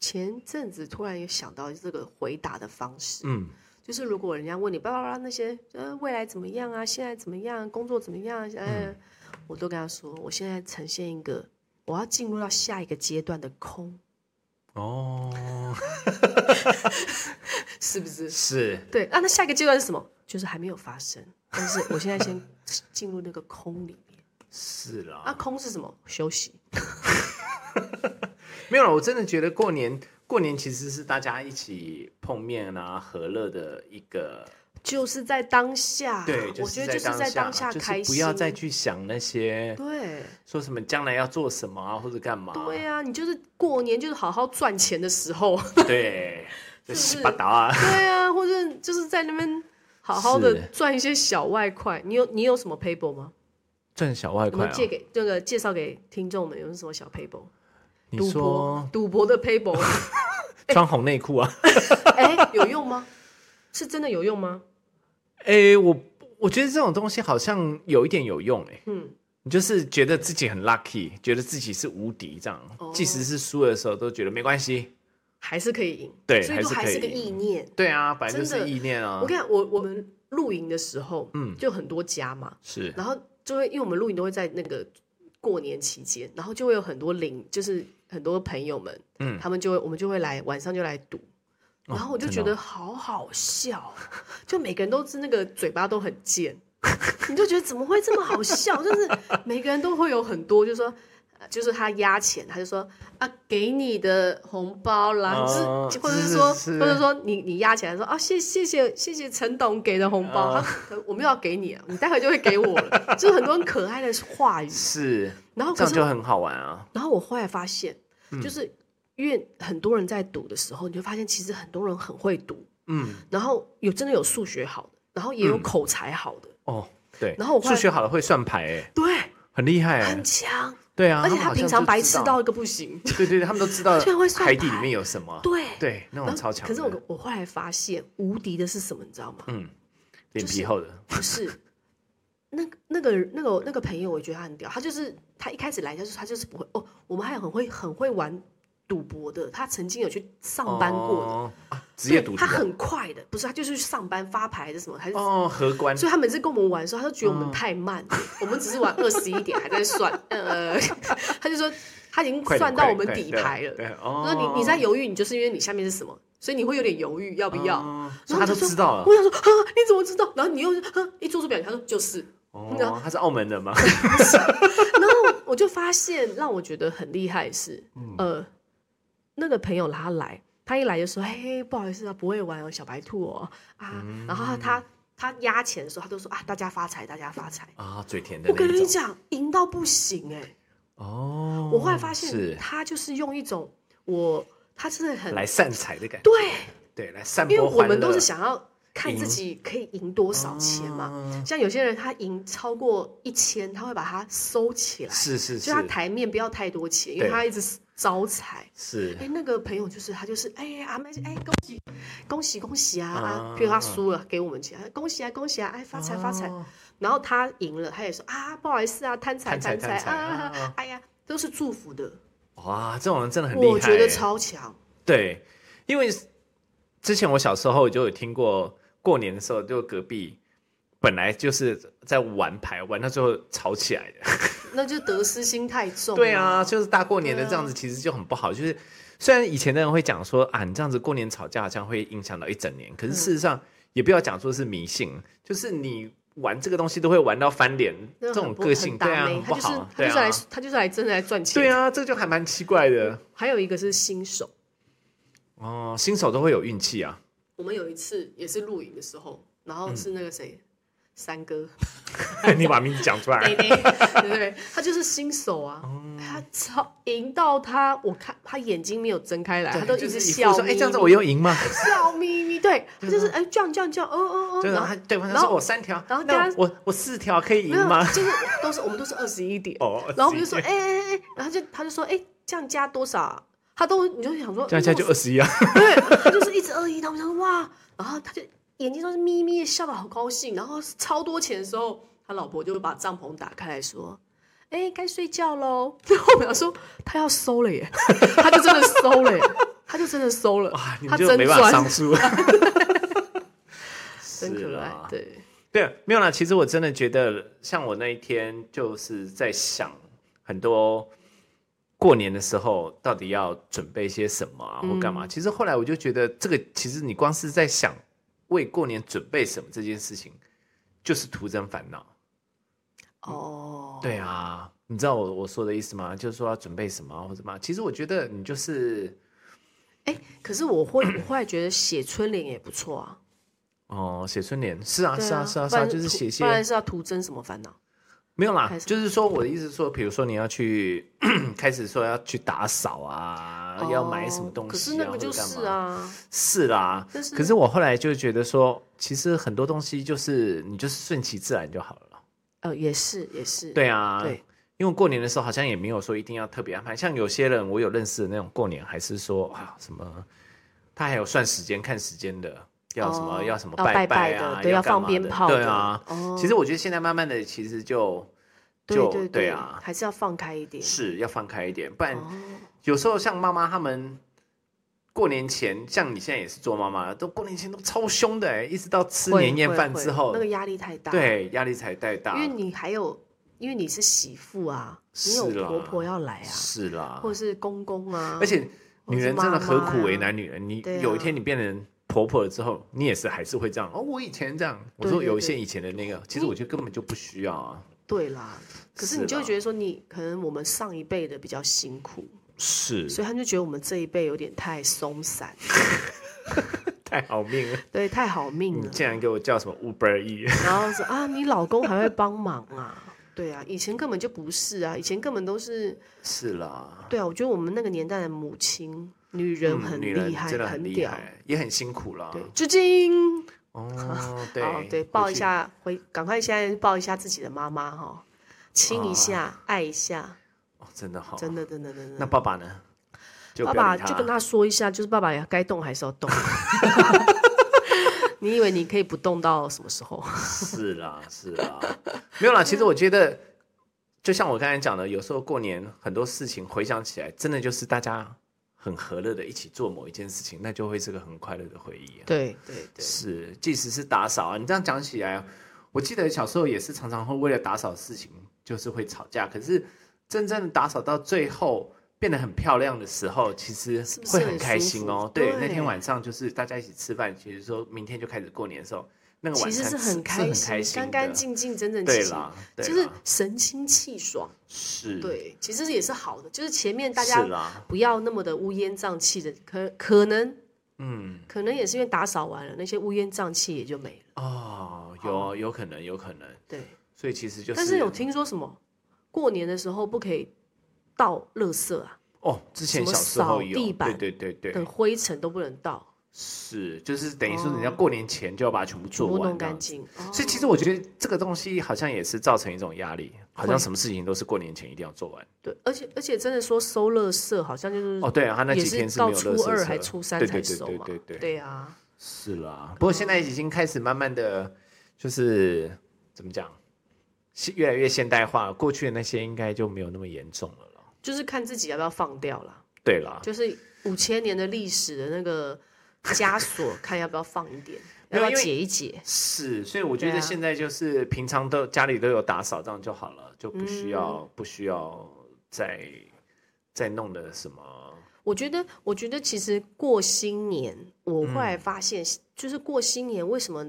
Speaker 2: 前阵子突然有想到这个回答的方式，
Speaker 1: 嗯，
Speaker 2: 就是如果人家问你巴拉巴拉那些呃未来怎么样啊，现在怎么样，工作怎么样，呃，
Speaker 1: 嗯
Speaker 2: 我都跟他说，我现在呈现一个我要进入到下一个阶段的空，
Speaker 1: 哦，
Speaker 2: 是不是？
Speaker 1: 是
Speaker 2: 对啊，那下一个阶段是什么？就是还没有发生，但是我现在 先进入那个空里面。
Speaker 1: 是啦，
Speaker 2: 啊，空是什么？休息。
Speaker 1: 没有了，我真的觉得过年过年其实是大家一起碰面啊，和乐的一个，
Speaker 2: 就是在当下，
Speaker 1: 对，就
Speaker 2: 啊我觉得
Speaker 1: 在
Speaker 2: 就
Speaker 1: 当
Speaker 2: 是在当下
Speaker 1: 就是
Speaker 2: 开心，
Speaker 1: 不要再去想那些
Speaker 2: 对
Speaker 1: 说什么将来要做什么啊，或者干嘛，
Speaker 2: 对啊，你就是过年就是好好赚钱的时 候，
Speaker 1: 对，就是洗
Speaker 2: 不是
Speaker 1: 八达啊。
Speaker 2: 对啊，或者就是在那边好好
Speaker 1: 是
Speaker 2: 的赚一些小外快。你有你有什么 paper 吗？
Speaker 1: 赚小外
Speaker 2: 我
Speaker 1: 快
Speaker 2: 们
Speaker 1: 啊！
Speaker 2: 借给那个介绍给听众们有什么小 paper？
Speaker 1: 你
Speaker 2: 赌
Speaker 1: 说
Speaker 2: 博赌博的 paper，
Speaker 1: 穿红内裤啊？
Speaker 2: 哎、有用吗？是真的有用吗？
Speaker 1: 哎，我我觉得这种东西好像有一点有用哎、
Speaker 2: 嗯，
Speaker 1: 你就是觉得自己很 lucky，觉得自己是无敌这样，
Speaker 2: 哦
Speaker 1: 即使是输的时候都觉得没关系。
Speaker 2: 还是可以赢，
Speaker 1: 对
Speaker 2: 所以都
Speaker 1: 还
Speaker 2: 还
Speaker 1: 是
Speaker 2: 是
Speaker 1: 可
Speaker 2: 个
Speaker 1: 以赢
Speaker 2: 意念。
Speaker 1: 对啊，本来就
Speaker 2: 真
Speaker 1: 是
Speaker 2: 的
Speaker 1: 意念啊
Speaker 2: 我。跟你讲，我我们露营的时候，
Speaker 1: 嗯
Speaker 2: 嗯，就很多家嘛，
Speaker 1: 是
Speaker 2: 然后就会因为我们露营都会在那个过年期间，然后就会有很多邻，就是很多朋友们，
Speaker 1: 嗯
Speaker 2: 他们就会我们就会来晚上就来赌，
Speaker 1: 哦
Speaker 2: 然后我就
Speaker 1: 真
Speaker 2: 觉
Speaker 1: 的哦
Speaker 2: 得好好笑哦，就每个人都是那个嘴巴都很贱，你就觉得怎么会这么好笑？就是每个人都会有很多，就是说。呃就是他压钱，他就说啊，给你的红包啦，
Speaker 1: 哦
Speaker 2: 就是或者
Speaker 1: 是
Speaker 2: 是说，
Speaker 1: 是
Speaker 2: 或者说你你压起来说啊，谢谢谢谢谢陈董给的红包，
Speaker 1: 哦
Speaker 2: 他可我没有要给你啊，你待会就会给 我了，就是很多很可爱的话语。
Speaker 1: 是
Speaker 2: 然后
Speaker 1: 这
Speaker 2: 哦
Speaker 1: 样嗯
Speaker 2: 可是
Speaker 1: 就很好玩啊。
Speaker 2: 然后我后来发现，就是因为很多人在赌的时候，你就发现其实很多人很会赌，
Speaker 1: 嗯，
Speaker 2: 然后有真的有数学好的，然后也有口才好的，
Speaker 1: 哦，对，
Speaker 2: 然后我后
Speaker 1: 数
Speaker 2: 来
Speaker 1: 学好了会算牌，哎，
Speaker 2: 对，
Speaker 1: 很厉害，哎
Speaker 2: 很，强，
Speaker 1: 对啊，
Speaker 2: 而
Speaker 1: 他
Speaker 2: 且
Speaker 1: 们好
Speaker 2: 他
Speaker 1: 像
Speaker 2: 平
Speaker 1: 就
Speaker 2: 常白
Speaker 1: 知
Speaker 2: 痴
Speaker 1: 道
Speaker 2: 到一个不行，
Speaker 1: 对对，对他们都知道
Speaker 2: 居然会算
Speaker 1: 海底里
Speaker 2: 牌
Speaker 1: 面有什么，
Speaker 2: 对。
Speaker 1: 对，那
Speaker 2: 然
Speaker 1: 种
Speaker 2: 后
Speaker 1: 超强
Speaker 2: 可
Speaker 1: 的。
Speaker 2: 是我我后来发现，无敌的是什么，你知道吗？
Speaker 1: 嗯，脸
Speaker 2: 就
Speaker 1: 皮
Speaker 2: 是
Speaker 1: 厚的，
Speaker 2: 不是。那个那个那个那个朋友，我觉得他很屌。他就是他一开始来，就是他就是不会哦。我们还有很会很会玩赌博的，他曾经有去上班过的。
Speaker 1: 哦啊职业
Speaker 2: 对
Speaker 1: 赌徒
Speaker 2: 他
Speaker 1: 啊，
Speaker 2: 很快的，不是他就是去上班发牌的什么，还是、
Speaker 1: 哦荷官
Speaker 2: 所以他每次跟我们玩的时候，他都觉得我们太慢，我们只是玩二十一点还在算，呃， 他就说他已经
Speaker 1: 快点
Speaker 2: 算
Speaker 1: 快
Speaker 2: 到我
Speaker 1: 点
Speaker 2: 们
Speaker 1: 快
Speaker 2: 底
Speaker 1: 点
Speaker 2: 牌了，
Speaker 1: 对哦，
Speaker 2: 那你你在犹豫，你就是因为你下面是什么，所以你会有点犹豫要不要。
Speaker 1: 哦所
Speaker 2: 然
Speaker 1: 以
Speaker 2: 后
Speaker 1: 他
Speaker 2: 就
Speaker 1: 都
Speaker 2: 说
Speaker 1: 知道了
Speaker 2: 我想说啊，你怎么知道？然后你又啊一做出表情，他说就是，你知道
Speaker 1: 哦，他是澳门人吗？
Speaker 2: 然后我就发现，让我觉得很厉害的是，
Speaker 1: 嗯
Speaker 2: 呃，那个朋友他来，他一来就说：“嘿，不好意思啊，不会玩哦，小白兔哦啊。
Speaker 1: 嗯
Speaker 2: 然后他他压钱的时候，他都说：“啊，大家发财，大家发财。
Speaker 1: 啊，嘴甜”的
Speaker 2: 我
Speaker 1: 那
Speaker 2: 跟你
Speaker 1: 一种
Speaker 2: 讲，赢到不行哎、
Speaker 1: 哦。
Speaker 2: 我后来发
Speaker 1: 是
Speaker 2: 现，他就是用一种我，他真的很
Speaker 1: 来散财的感觉，
Speaker 2: 对，
Speaker 1: 对，来散
Speaker 2: 因为
Speaker 1: 播
Speaker 2: 我
Speaker 1: 欢乐。
Speaker 2: 们都是想要看
Speaker 1: 赢
Speaker 2: 自己可以赢多少钱嘛。
Speaker 1: 哦
Speaker 2: 像有些人他赢超过一千，他会把它收起来。
Speaker 1: 是是
Speaker 2: 就是他台面不要太多钱，因为
Speaker 1: 对
Speaker 2: 他一直招财。
Speaker 1: 是
Speaker 2: 哎，那个朋友就是他，就是哎阿妹，哎恭喜恭喜恭喜啊啊！
Speaker 1: 啊
Speaker 2: 譬如他输了，给我们钱，恭喜啊恭喜啊！哎发财发财。
Speaker 1: 哦
Speaker 2: 然后他赢了，他也说啊不好意思啊贪财
Speaker 1: 贪财贪
Speaker 2: 财
Speaker 1: 财
Speaker 2: 啊
Speaker 1: 啊！
Speaker 2: 哎呀，都是祝福的，
Speaker 1: 哇，这种人真的很厉害欸。
Speaker 2: 我觉得超强。
Speaker 1: 对，因为之前我小时候就有听过，过年的时候就隔壁本来就是在玩牌，玩到最后吵起来的。
Speaker 2: 那就得失心太重。
Speaker 1: 对啊，，就是大过年的
Speaker 2: 对啊
Speaker 1: 这样子，其实就很不好。就是虽然以前的人会讲说啊，你这样子过年吵架好像会影响到一整年，可
Speaker 2: 嗯
Speaker 1: 是事实上也不要讲说是迷信，就是你玩这个东西都会玩到翻脸，
Speaker 2: 那
Speaker 1: 这
Speaker 2: 很
Speaker 1: 种
Speaker 2: 不
Speaker 1: 个性
Speaker 2: 很大
Speaker 1: 对啊，
Speaker 2: 妹
Speaker 1: 很
Speaker 2: 他
Speaker 1: 不
Speaker 2: 就是
Speaker 1: 好，
Speaker 2: 他
Speaker 1: 对
Speaker 2: 就是来
Speaker 1: 啊，
Speaker 2: 他就是来真的来赚钱。
Speaker 1: 对，啊，这就还蛮奇怪的
Speaker 2: 还有一个是新手。
Speaker 1: 哦。新手都会有运气啊，
Speaker 2: 我们有一次也是露营的时候，然
Speaker 1: 嗯
Speaker 2: 后是那个谁，三哥，
Speaker 1: 你把名字讲出来
Speaker 2: 对对对，他就是新手啊，
Speaker 1: 哦
Speaker 2: 他超赢到他，我看他眼睛没有睁开来，他都一
Speaker 1: 就是
Speaker 2: 直
Speaker 1: 一副
Speaker 2: 笑
Speaker 1: 说
Speaker 2: 眯
Speaker 1: 哎，
Speaker 2: 眯，
Speaker 1: 这样子我又赢 吗？
Speaker 2: 笑眯眯， 对，他就是哎这样这样这样，哦哦哦，
Speaker 1: 对
Speaker 2: 然
Speaker 1: 啊，
Speaker 2: 后
Speaker 1: 他对方就
Speaker 2: 然后
Speaker 1: 说我三条，
Speaker 2: 然后
Speaker 1: 那
Speaker 2: 大家
Speaker 1: 我我四条可以
Speaker 2: 没
Speaker 1: 赢
Speaker 2: 有
Speaker 1: 吗？，
Speaker 2: 就是都是我们都是二十一点，
Speaker 1: 哦，
Speaker 2: 然后我们就说
Speaker 1: 11
Speaker 2: 哎哎哎，哎然后就他就说哎这样加多少啊？他都你就想说
Speaker 1: 这样下就
Speaker 2: 嗯
Speaker 1: 二十一啊，
Speaker 2: 对，他就是一直恶意，然后我想说哇，然后他就眼睛都是眯眯地笑的好高兴，然后超多钱的时候，他老婆就把帐篷打开来说。哎，该睡觉喽。 然后我想说，他要收了耶，他就真的收了耶，他就真的收了
Speaker 1: 哇，你，
Speaker 2: 他
Speaker 1: 们就
Speaker 2: 真
Speaker 1: 没办法
Speaker 2: 赚
Speaker 1: 上，诉。
Speaker 2: 真
Speaker 1: 是
Speaker 2: 可爱
Speaker 1: 啦。
Speaker 2: 对，
Speaker 1: 对，啊没有啦。其实我真的觉得，像我那一天就是在想很多过年的时候到底要准备些什么啊，
Speaker 2: 嗯
Speaker 1: 或干嘛。其实后来我就觉得，这个其实你光是在想为过年准备什么这件事情，就是徒增烦恼。
Speaker 2: 哦，
Speaker 1: 对啊，你知道我我说的意思吗？就是说要准备什么啊或者嘛。其实我觉得你就是
Speaker 2: 哎，可是我会，我后来觉得写春联也不错啊。
Speaker 1: 哦，写春联是啊
Speaker 2: 对
Speaker 1: 是啊是啊是
Speaker 2: 不
Speaker 1: 啊，
Speaker 2: 然
Speaker 1: 就是
Speaker 2: 徒
Speaker 1: 写些
Speaker 2: 不然是要徒增什么烦恼？
Speaker 1: 没有啦
Speaker 2: 还，是
Speaker 1: 就是说我的意思是说，比如说你要去 开始说要去打扫啊，要买什么
Speaker 2: 哦
Speaker 1: 东西、啊，
Speaker 2: 可是那个就
Speaker 1: 或者干嘛
Speaker 2: 是，啊，
Speaker 1: 是啦。
Speaker 2: 但是
Speaker 1: 可是我后来就觉得说，其实很多东西就是你就是顺其自然就好了啦。
Speaker 2: 呃，也是也是，
Speaker 1: 对啊，
Speaker 2: 对，
Speaker 1: 因为过年的时候好像也没有说一定要特别安排，像有些人我有认识的那种过年还是说啊什么，他还有算时间看时间的，要什么、
Speaker 2: 哦
Speaker 1: 要什么
Speaker 2: 要
Speaker 1: 拜
Speaker 2: 拜
Speaker 1: 啊，
Speaker 2: 的，对，
Speaker 1: 干
Speaker 2: 放
Speaker 1: 嘛
Speaker 2: 鞭
Speaker 1: 的
Speaker 2: 炮的，
Speaker 1: 对啊。
Speaker 2: 哦，
Speaker 1: 其实我觉得现在慢慢的其实就
Speaker 2: 对
Speaker 1: 就
Speaker 2: 对
Speaker 1: 对啊
Speaker 2: 还是要放开一点。
Speaker 1: 是要放开一点，不然
Speaker 2: 哦，
Speaker 1: 有时候像妈妈他们过年前，像你现在也是做妈妈，都过年前都超凶的哎，一直到吃
Speaker 2: 会
Speaker 1: 年夜
Speaker 2: 会
Speaker 1: 饭
Speaker 2: 会
Speaker 1: 之后啊
Speaker 2: 那，个压力太大，，
Speaker 1: 对压力才太大
Speaker 2: 因。为你还有因为你是媳妇啊，你有
Speaker 1: 是啦
Speaker 2: 婆婆要来啊，
Speaker 1: 是啦，
Speaker 2: 或者是公公啊，
Speaker 1: 而且
Speaker 2: 或
Speaker 1: 女
Speaker 2: 是
Speaker 1: 人真的
Speaker 2: 妈
Speaker 1: 何
Speaker 2: 妈
Speaker 1: 苦为
Speaker 2: 啊
Speaker 1: 难女人？你
Speaker 2: 对
Speaker 1: 有一
Speaker 2: 啊
Speaker 1: 天你变成婆婆了之后，你也是还是会这样哦。我以前这样，我
Speaker 2: 对
Speaker 1: 说
Speaker 2: 对哦
Speaker 1: 有一
Speaker 2: 对
Speaker 1: 些以前的那个，其实
Speaker 2: 你
Speaker 1: 我觉得根本就不需要啊。
Speaker 2: 对啦，可是你
Speaker 1: 是
Speaker 2: 就会
Speaker 1: 啦
Speaker 2: 觉得说你可能我们上一辈的比较辛苦，
Speaker 1: 是
Speaker 2: 所以他们就觉得我们这一辈有点太松散，
Speaker 1: 太好命 了，
Speaker 2: 对，太好命
Speaker 1: 你
Speaker 2: 了。
Speaker 1: 竟然给我叫什么 Uber E？
Speaker 2: 然后说啊，你老公还会帮忙啊？对啊，以前根本就不是啊，以前根本都是
Speaker 1: 是啦，
Speaker 2: 对啊。我觉得我们那个年代的母亲、女人
Speaker 1: 嗯，
Speaker 2: 很
Speaker 1: 女
Speaker 2: 厉
Speaker 1: 人
Speaker 2: 害，
Speaker 1: 真的
Speaker 2: 很
Speaker 1: 很厉
Speaker 2: 屌。
Speaker 1: 害，也很辛苦啦。
Speaker 2: 对，致敬。
Speaker 1: 哦，
Speaker 2: 哦
Speaker 1: 对，
Speaker 2: 对，
Speaker 1: 回
Speaker 2: 抱一
Speaker 1: 去，
Speaker 2: 下，回赶快现在抱一下自己的妈妈哈，亲一下，爱一下，
Speaker 1: 哦真的啊好。
Speaker 2: 真的真的真的。
Speaker 1: 那爸爸呢？就
Speaker 2: 爸
Speaker 1: 不要
Speaker 2: 爸
Speaker 1: 理
Speaker 2: 就跟他说一下，就是爸爸该动还是要动。 你以为你可以不动到什么时候？
Speaker 1: 是啦，是啦，没有啦。其实我觉得，就像我刚才讲的，有时候过年很多事情回想起来，真的就是大家很和乐的一起做某一件事情，那就会是个很快乐的回忆、啊。
Speaker 2: 对对对，
Speaker 1: 是，即使是打扫啊，你这样讲起来，我记得小时候也是常常会为了打扫事情，就是会吵架。可是真正的打扫到最后变得很漂亮的时候，其实
Speaker 2: 是不是
Speaker 1: 会
Speaker 2: 很
Speaker 1: 很开
Speaker 2: 舒
Speaker 1: 心
Speaker 2: 服
Speaker 1: 哦。对，那
Speaker 2: 对
Speaker 1: 天晚上就是大家一起吃饭，其实说明天就开始过年的时候，那个晚
Speaker 2: 其实
Speaker 1: 餐
Speaker 2: 是
Speaker 1: 是
Speaker 2: 很
Speaker 1: 开
Speaker 2: 开心，
Speaker 1: 心
Speaker 2: 干干
Speaker 1: 的
Speaker 2: 净净、整整齐
Speaker 1: 对
Speaker 2: 齐，
Speaker 1: 啦，对
Speaker 2: 就是
Speaker 1: 啦
Speaker 2: 神清气爽。
Speaker 1: 是，，
Speaker 2: 对，其实也是好的，就是前面大家
Speaker 1: 是啦，
Speaker 2: 不要那么的乌烟瘴气的，可可能
Speaker 1: 嗯，
Speaker 2: 可能也是因为打扫完了，那些乌烟瘴气也就没了。
Speaker 1: 哦，有有可能，有可能，
Speaker 2: 对，
Speaker 1: 所以其实就是，
Speaker 2: 但是有听说什么过年的时候不可以倒垃圾啊，
Speaker 1: 哦，之前
Speaker 2: 什么
Speaker 1: 小时候
Speaker 2: 扫
Speaker 1: 有，
Speaker 2: 地板
Speaker 1: 对对对对，
Speaker 2: 等灰尘都不能倒。
Speaker 1: 是，就是等于说
Speaker 2: 哦
Speaker 1: 人家过年前就要把它全部
Speaker 2: 全
Speaker 1: 做
Speaker 2: 部
Speaker 1: 完
Speaker 2: 弄
Speaker 1: 这样
Speaker 2: 干
Speaker 1: 子。
Speaker 2: 净。
Speaker 1: 所以其
Speaker 2: 哦
Speaker 1: 实我觉得这个东西好像也是造成一种压力，好像
Speaker 2: 会
Speaker 1: 什么事情都是过年前一定要做完。
Speaker 2: 对，而且而且真的说收垃圾，好像就是
Speaker 1: 哦，对啊，他那
Speaker 2: 嗯也
Speaker 1: 几天
Speaker 2: 是
Speaker 1: 没
Speaker 2: 到
Speaker 1: 有垃
Speaker 2: 初
Speaker 1: 圾
Speaker 2: 二
Speaker 1: 车
Speaker 2: 还初三
Speaker 1: 对
Speaker 2: 才
Speaker 1: 对
Speaker 2: 收
Speaker 1: 对
Speaker 2: 嘛
Speaker 1: 对对，
Speaker 2: 对啊，
Speaker 1: 是啦。不过现在已经开始慢慢的，就是怎么讲，是越来越现代化了。过去的那些应该就没有那么严重了啦。
Speaker 2: 就是看自己要不要放掉啦。
Speaker 1: 对啦，
Speaker 2: 就是五千年的历史的那个枷锁，看要不要放一点，
Speaker 1: 没
Speaker 2: 要
Speaker 1: 有
Speaker 2: 不要
Speaker 1: 因为
Speaker 2: 解一解。
Speaker 1: 是，所以我觉
Speaker 2: 对
Speaker 1: 得
Speaker 2: 啊
Speaker 1: 现在就是平常都家里都有打扫，这样就好了，就不
Speaker 2: 嗯
Speaker 1: 需要、不需要再再弄的什么。
Speaker 2: 我觉得，我觉得其实过新年，我后
Speaker 1: 嗯
Speaker 2: 来发现，就是过新年为什么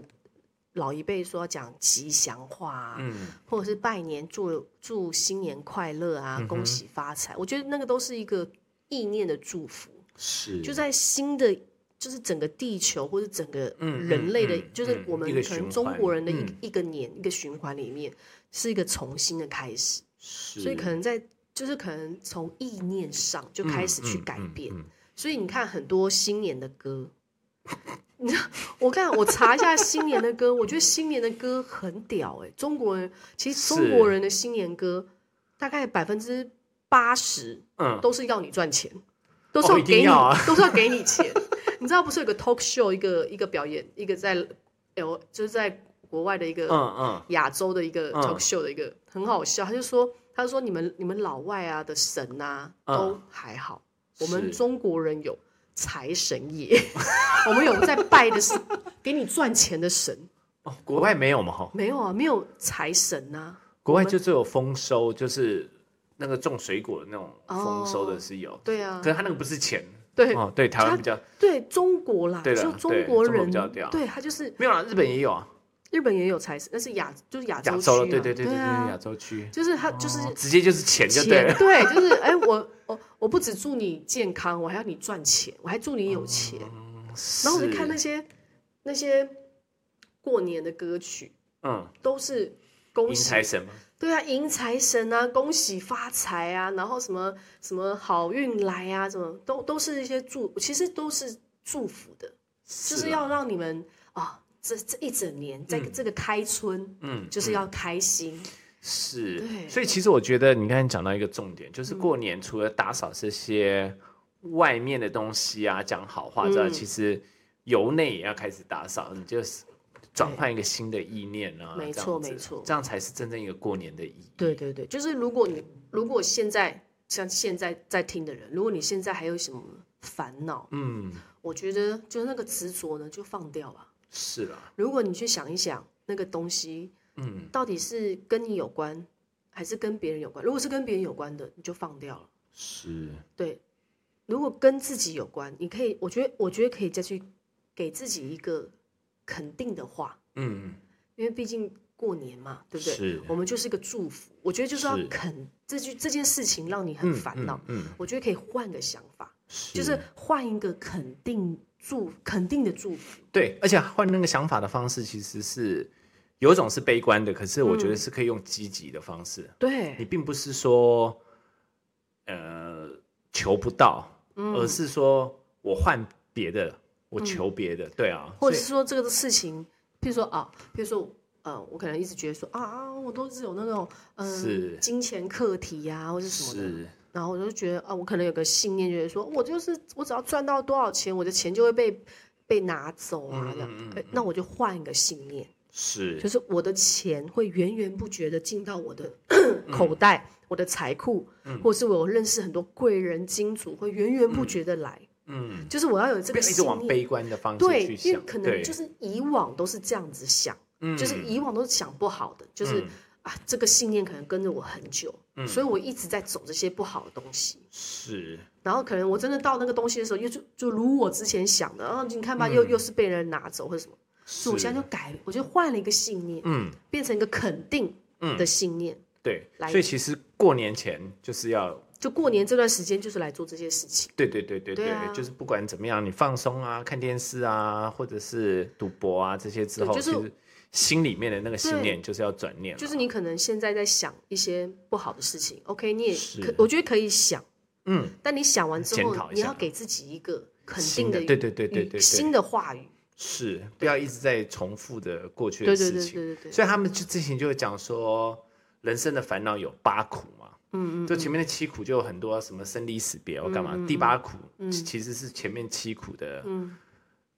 Speaker 2: 老一辈说要讲吉祥话、啊，
Speaker 1: 嗯，
Speaker 2: 或者是拜年祝祝新年快乐啊，
Speaker 1: 嗯
Speaker 2: 恭喜发财，我觉得那个都是一个意念的祝福，
Speaker 1: 是，
Speaker 2: 就在新的。就是整个地球或者整个
Speaker 1: 嗯嗯
Speaker 2: 人类的，
Speaker 1: 嗯
Speaker 2: 就是
Speaker 1: 嗯
Speaker 2: 我们
Speaker 1: 一个
Speaker 2: 可
Speaker 1: 循
Speaker 2: 能
Speaker 1: 环
Speaker 2: 中国人的一、
Speaker 1: 嗯
Speaker 2: 一个年一个循环里面，是一个重新的开始。
Speaker 1: 是
Speaker 2: 所以可能在就是可能从意念上就开始去改变。
Speaker 1: 嗯嗯嗯嗯
Speaker 2: 所以你看很多新年的歌， 你知道我看我查一下新年的歌，我觉得新年的歌很屌哎、中国人其实中国人的新年歌大概百分之八十
Speaker 1: 嗯
Speaker 2: 都是要你赚钱，都是要
Speaker 1: 一定
Speaker 2: 给你，
Speaker 1: 要啊
Speaker 2: 都是要给你钱。你知道不是有个 talk show 一个一个表演，一个在 L 就是在国外的一个
Speaker 1: 嗯嗯，
Speaker 2: 亚洲的一个
Speaker 1: 嗯
Speaker 2: talk show 的一个、很好笑，他就说，他就说你们你们老外啊的神呐、
Speaker 1: 嗯
Speaker 2: 都还好，我们
Speaker 1: 是
Speaker 2: 中国人有财神爷，我们有在拜的是给你赚钱的神，
Speaker 1: 哦，国外没有嘛哈，
Speaker 2: 没有啊，没有财神呐、
Speaker 1: 国外就只有丰收，就是那个种水果的那种丰收的是有，
Speaker 2: 对啊
Speaker 1: 可，是他那个不是钱
Speaker 2: 对、
Speaker 1: 哦，对，台湾
Speaker 2: 它
Speaker 1: 比较
Speaker 2: 对，中国啦，
Speaker 1: 对啦
Speaker 2: 就
Speaker 1: 对
Speaker 2: 中国
Speaker 1: 中国
Speaker 2: 人
Speaker 1: 比较屌
Speaker 2: 对他就是
Speaker 1: 没有啦，日本也有啊，
Speaker 2: 日本也有财神，但是亚就是亚
Speaker 1: 亚洲
Speaker 2: 洲区
Speaker 1: 了，
Speaker 2: 嘛，
Speaker 1: 对对对对，
Speaker 2: 啊
Speaker 1: 亚洲区
Speaker 2: 就是他就是
Speaker 1: 哦直接就是钱就
Speaker 2: 钱
Speaker 1: 对了，
Speaker 2: 就是哎、我我我不只祝你健康，我还要你赚钱，我还祝你有钱。然后我就是看那些那些过年的歌曲，
Speaker 1: 嗯，
Speaker 2: 都是恭
Speaker 1: 迎
Speaker 2: 喜
Speaker 1: 财神嘛，
Speaker 2: 对啊，迎财神啊，恭喜发财啊，然后什么什么好运来啊，什么都都是一些祝，其实都是祝福的，
Speaker 1: 就
Speaker 2: 就是要让你们啊。这这一整年，在这个开春，
Speaker 1: 嗯
Speaker 2: 就是要开心，
Speaker 1: 是，
Speaker 2: 对嗯
Speaker 1: 所以其实我觉得你刚才讲到一个重点，就是过年除了打扫这些外面的东西啊，讲好话之外，
Speaker 2: 嗯
Speaker 1: 其实由内也要开始打扫，你就是转换一个新的意念啊，
Speaker 2: 没
Speaker 1: 这样
Speaker 2: 错
Speaker 1: 子
Speaker 2: 没错
Speaker 1: 这样才是真正一个过年的意义。
Speaker 2: 对对对，就是如果你如果现在像现在在听的人，如果你现在还有什么烦恼，
Speaker 1: 嗯，
Speaker 2: 我觉得就是那个执着呢，就放掉吧。
Speaker 1: 是啦，
Speaker 2: 如果你去想一想那个东西，
Speaker 1: 嗯，
Speaker 2: 到底是跟你有关，还是跟别人有关？如果是跟别人有关的，你就放掉了。
Speaker 1: 是，
Speaker 2: 对，如果跟自己有关，你可以，我觉得，我觉得可以再去给自己一个肯定的话，
Speaker 1: 嗯，
Speaker 2: 因为毕竟过年嘛，对不对？
Speaker 1: 是
Speaker 2: 我们就是一个祝福，我觉得就是要
Speaker 1: 是
Speaker 2: 肯这句这件事情让你很
Speaker 1: 嗯
Speaker 2: 烦恼，，
Speaker 1: 嗯，嗯
Speaker 2: 我觉得可以换个想法，
Speaker 1: 是
Speaker 2: 就是换一个肯定祝肯定的祝福，
Speaker 1: 对，而且换那个想法的方式其实是有一种是悲观的，可是我觉得
Speaker 2: 嗯
Speaker 1: 是可以用积极的方式。你
Speaker 2: 对，
Speaker 1: 并不是说呃求不到，
Speaker 2: 嗯
Speaker 1: 而是说我换别的，我求别的，对啊，所
Speaker 2: 或者
Speaker 1: 以
Speaker 2: 是说这个事情，譬如说啊，譬如说。呃，我可能一直觉得说啊啊，我都是有那种嗯、
Speaker 1: 是
Speaker 2: 呃、金钱课题呀、或者什么的，
Speaker 1: 是
Speaker 2: 然后我就觉得啊，我可能有个信念，就是说我就是我只要赚到多少钱，我的钱就会被被拿走啊，这样、
Speaker 1: 嗯嗯
Speaker 2: 哎那我就换一个信念，就是是我的钱会源源不绝的进到 我的口袋、
Speaker 1: 嗯
Speaker 2: 我的财库，或是我认识很多贵人金主，会源源不绝的来。
Speaker 1: 嗯，
Speaker 2: 就是我要有这
Speaker 1: 不要
Speaker 2: 个
Speaker 1: 一直
Speaker 2: 信
Speaker 1: 往
Speaker 2: 念。
Speaker 1: 悲观的方
Speaker 2: 对
Speaker 1: 式去，
Speaker 2: 因为
Speaker 1: 想，
Speaker 2: 可能
Speaker 1: 对
Speaker 2: 就是以往都是这样子想，就是以往都是想不好的，就是、
Speaker 1: 嗯
Speaker 2: 啊，这个信念可能跟着我很久，
Speaker 1: 嗯
Speaker 2: 所以我一直在走这些不好的东西。
Speaker 1: 是
Speaker 2: 然后可能我真的到那个东西的时候，又就就如我之前想的，然啊后你看吧，又又是被人拿走或者什么，所以我
Speaker 1: 嗯是
Speaker 2: 现在就改了，我就换了一个信念，
Speaker 1: 嗯
Speaker 2: 变成一个肯定的信念。
Speaker 1: 对，
Speaker 2: 来
Speaker 1: 所以其实过年前就是要
Speaker 2: 就过年这段时间，就是来做这些事情。
Speaker 1: 对对对对
Speaker 2: 对
Speaker 1: 对，
Speaker 2: 啊
Speaker 1: 就是不管怎么样，你放松啊、看电视啊，或者是赌博啊这些之
Speaker 2: 对
Speaker 1: 后，
Speaker 2: 就是
Speaker 1: 其实心里面的那个信
Speaker 2: 对
Speaker 1: 念就是要转念了，
Speaker 2: 就是你可能现在在想一些不好的事情，OK，你也
Speaker 1: 是
Speaker 2: 可，我觉得可以想，
Speaker 1: 嗯，
Speaker 2: 但你想完之后
Speaker 1: 检讨，一
Speaker 2: 你
Speaker 1: 下
Speaker 2: 要给自己一个肯
Speaker 1: 新
Speaker 2: 定
Speaker 1: 的
Speaker 2: 语
Speaker 1: 对对对对
Speaker 2: 语
Speaker 1: 对
Speaker 2: 新
Speaker 1: 对，
Speaker 2: 的话语。
Speaker 1: 是不要一直在重复的过去的
Speaker 2: 对对
Speaker 1: 事
Speaker 2: 对
Speaker 1: 情。
Speaker 2: 对对对，
Speaker 1: 所以他们就之前就会讲说，人生的烦恼有八苦嘛，
Speaker 2: 嗯嗯，
Speaker 1: 就前面的七苦就有很多什么生离死别，我干嘛？第八苦其实是前面七苦的
Speaker 2: 嗯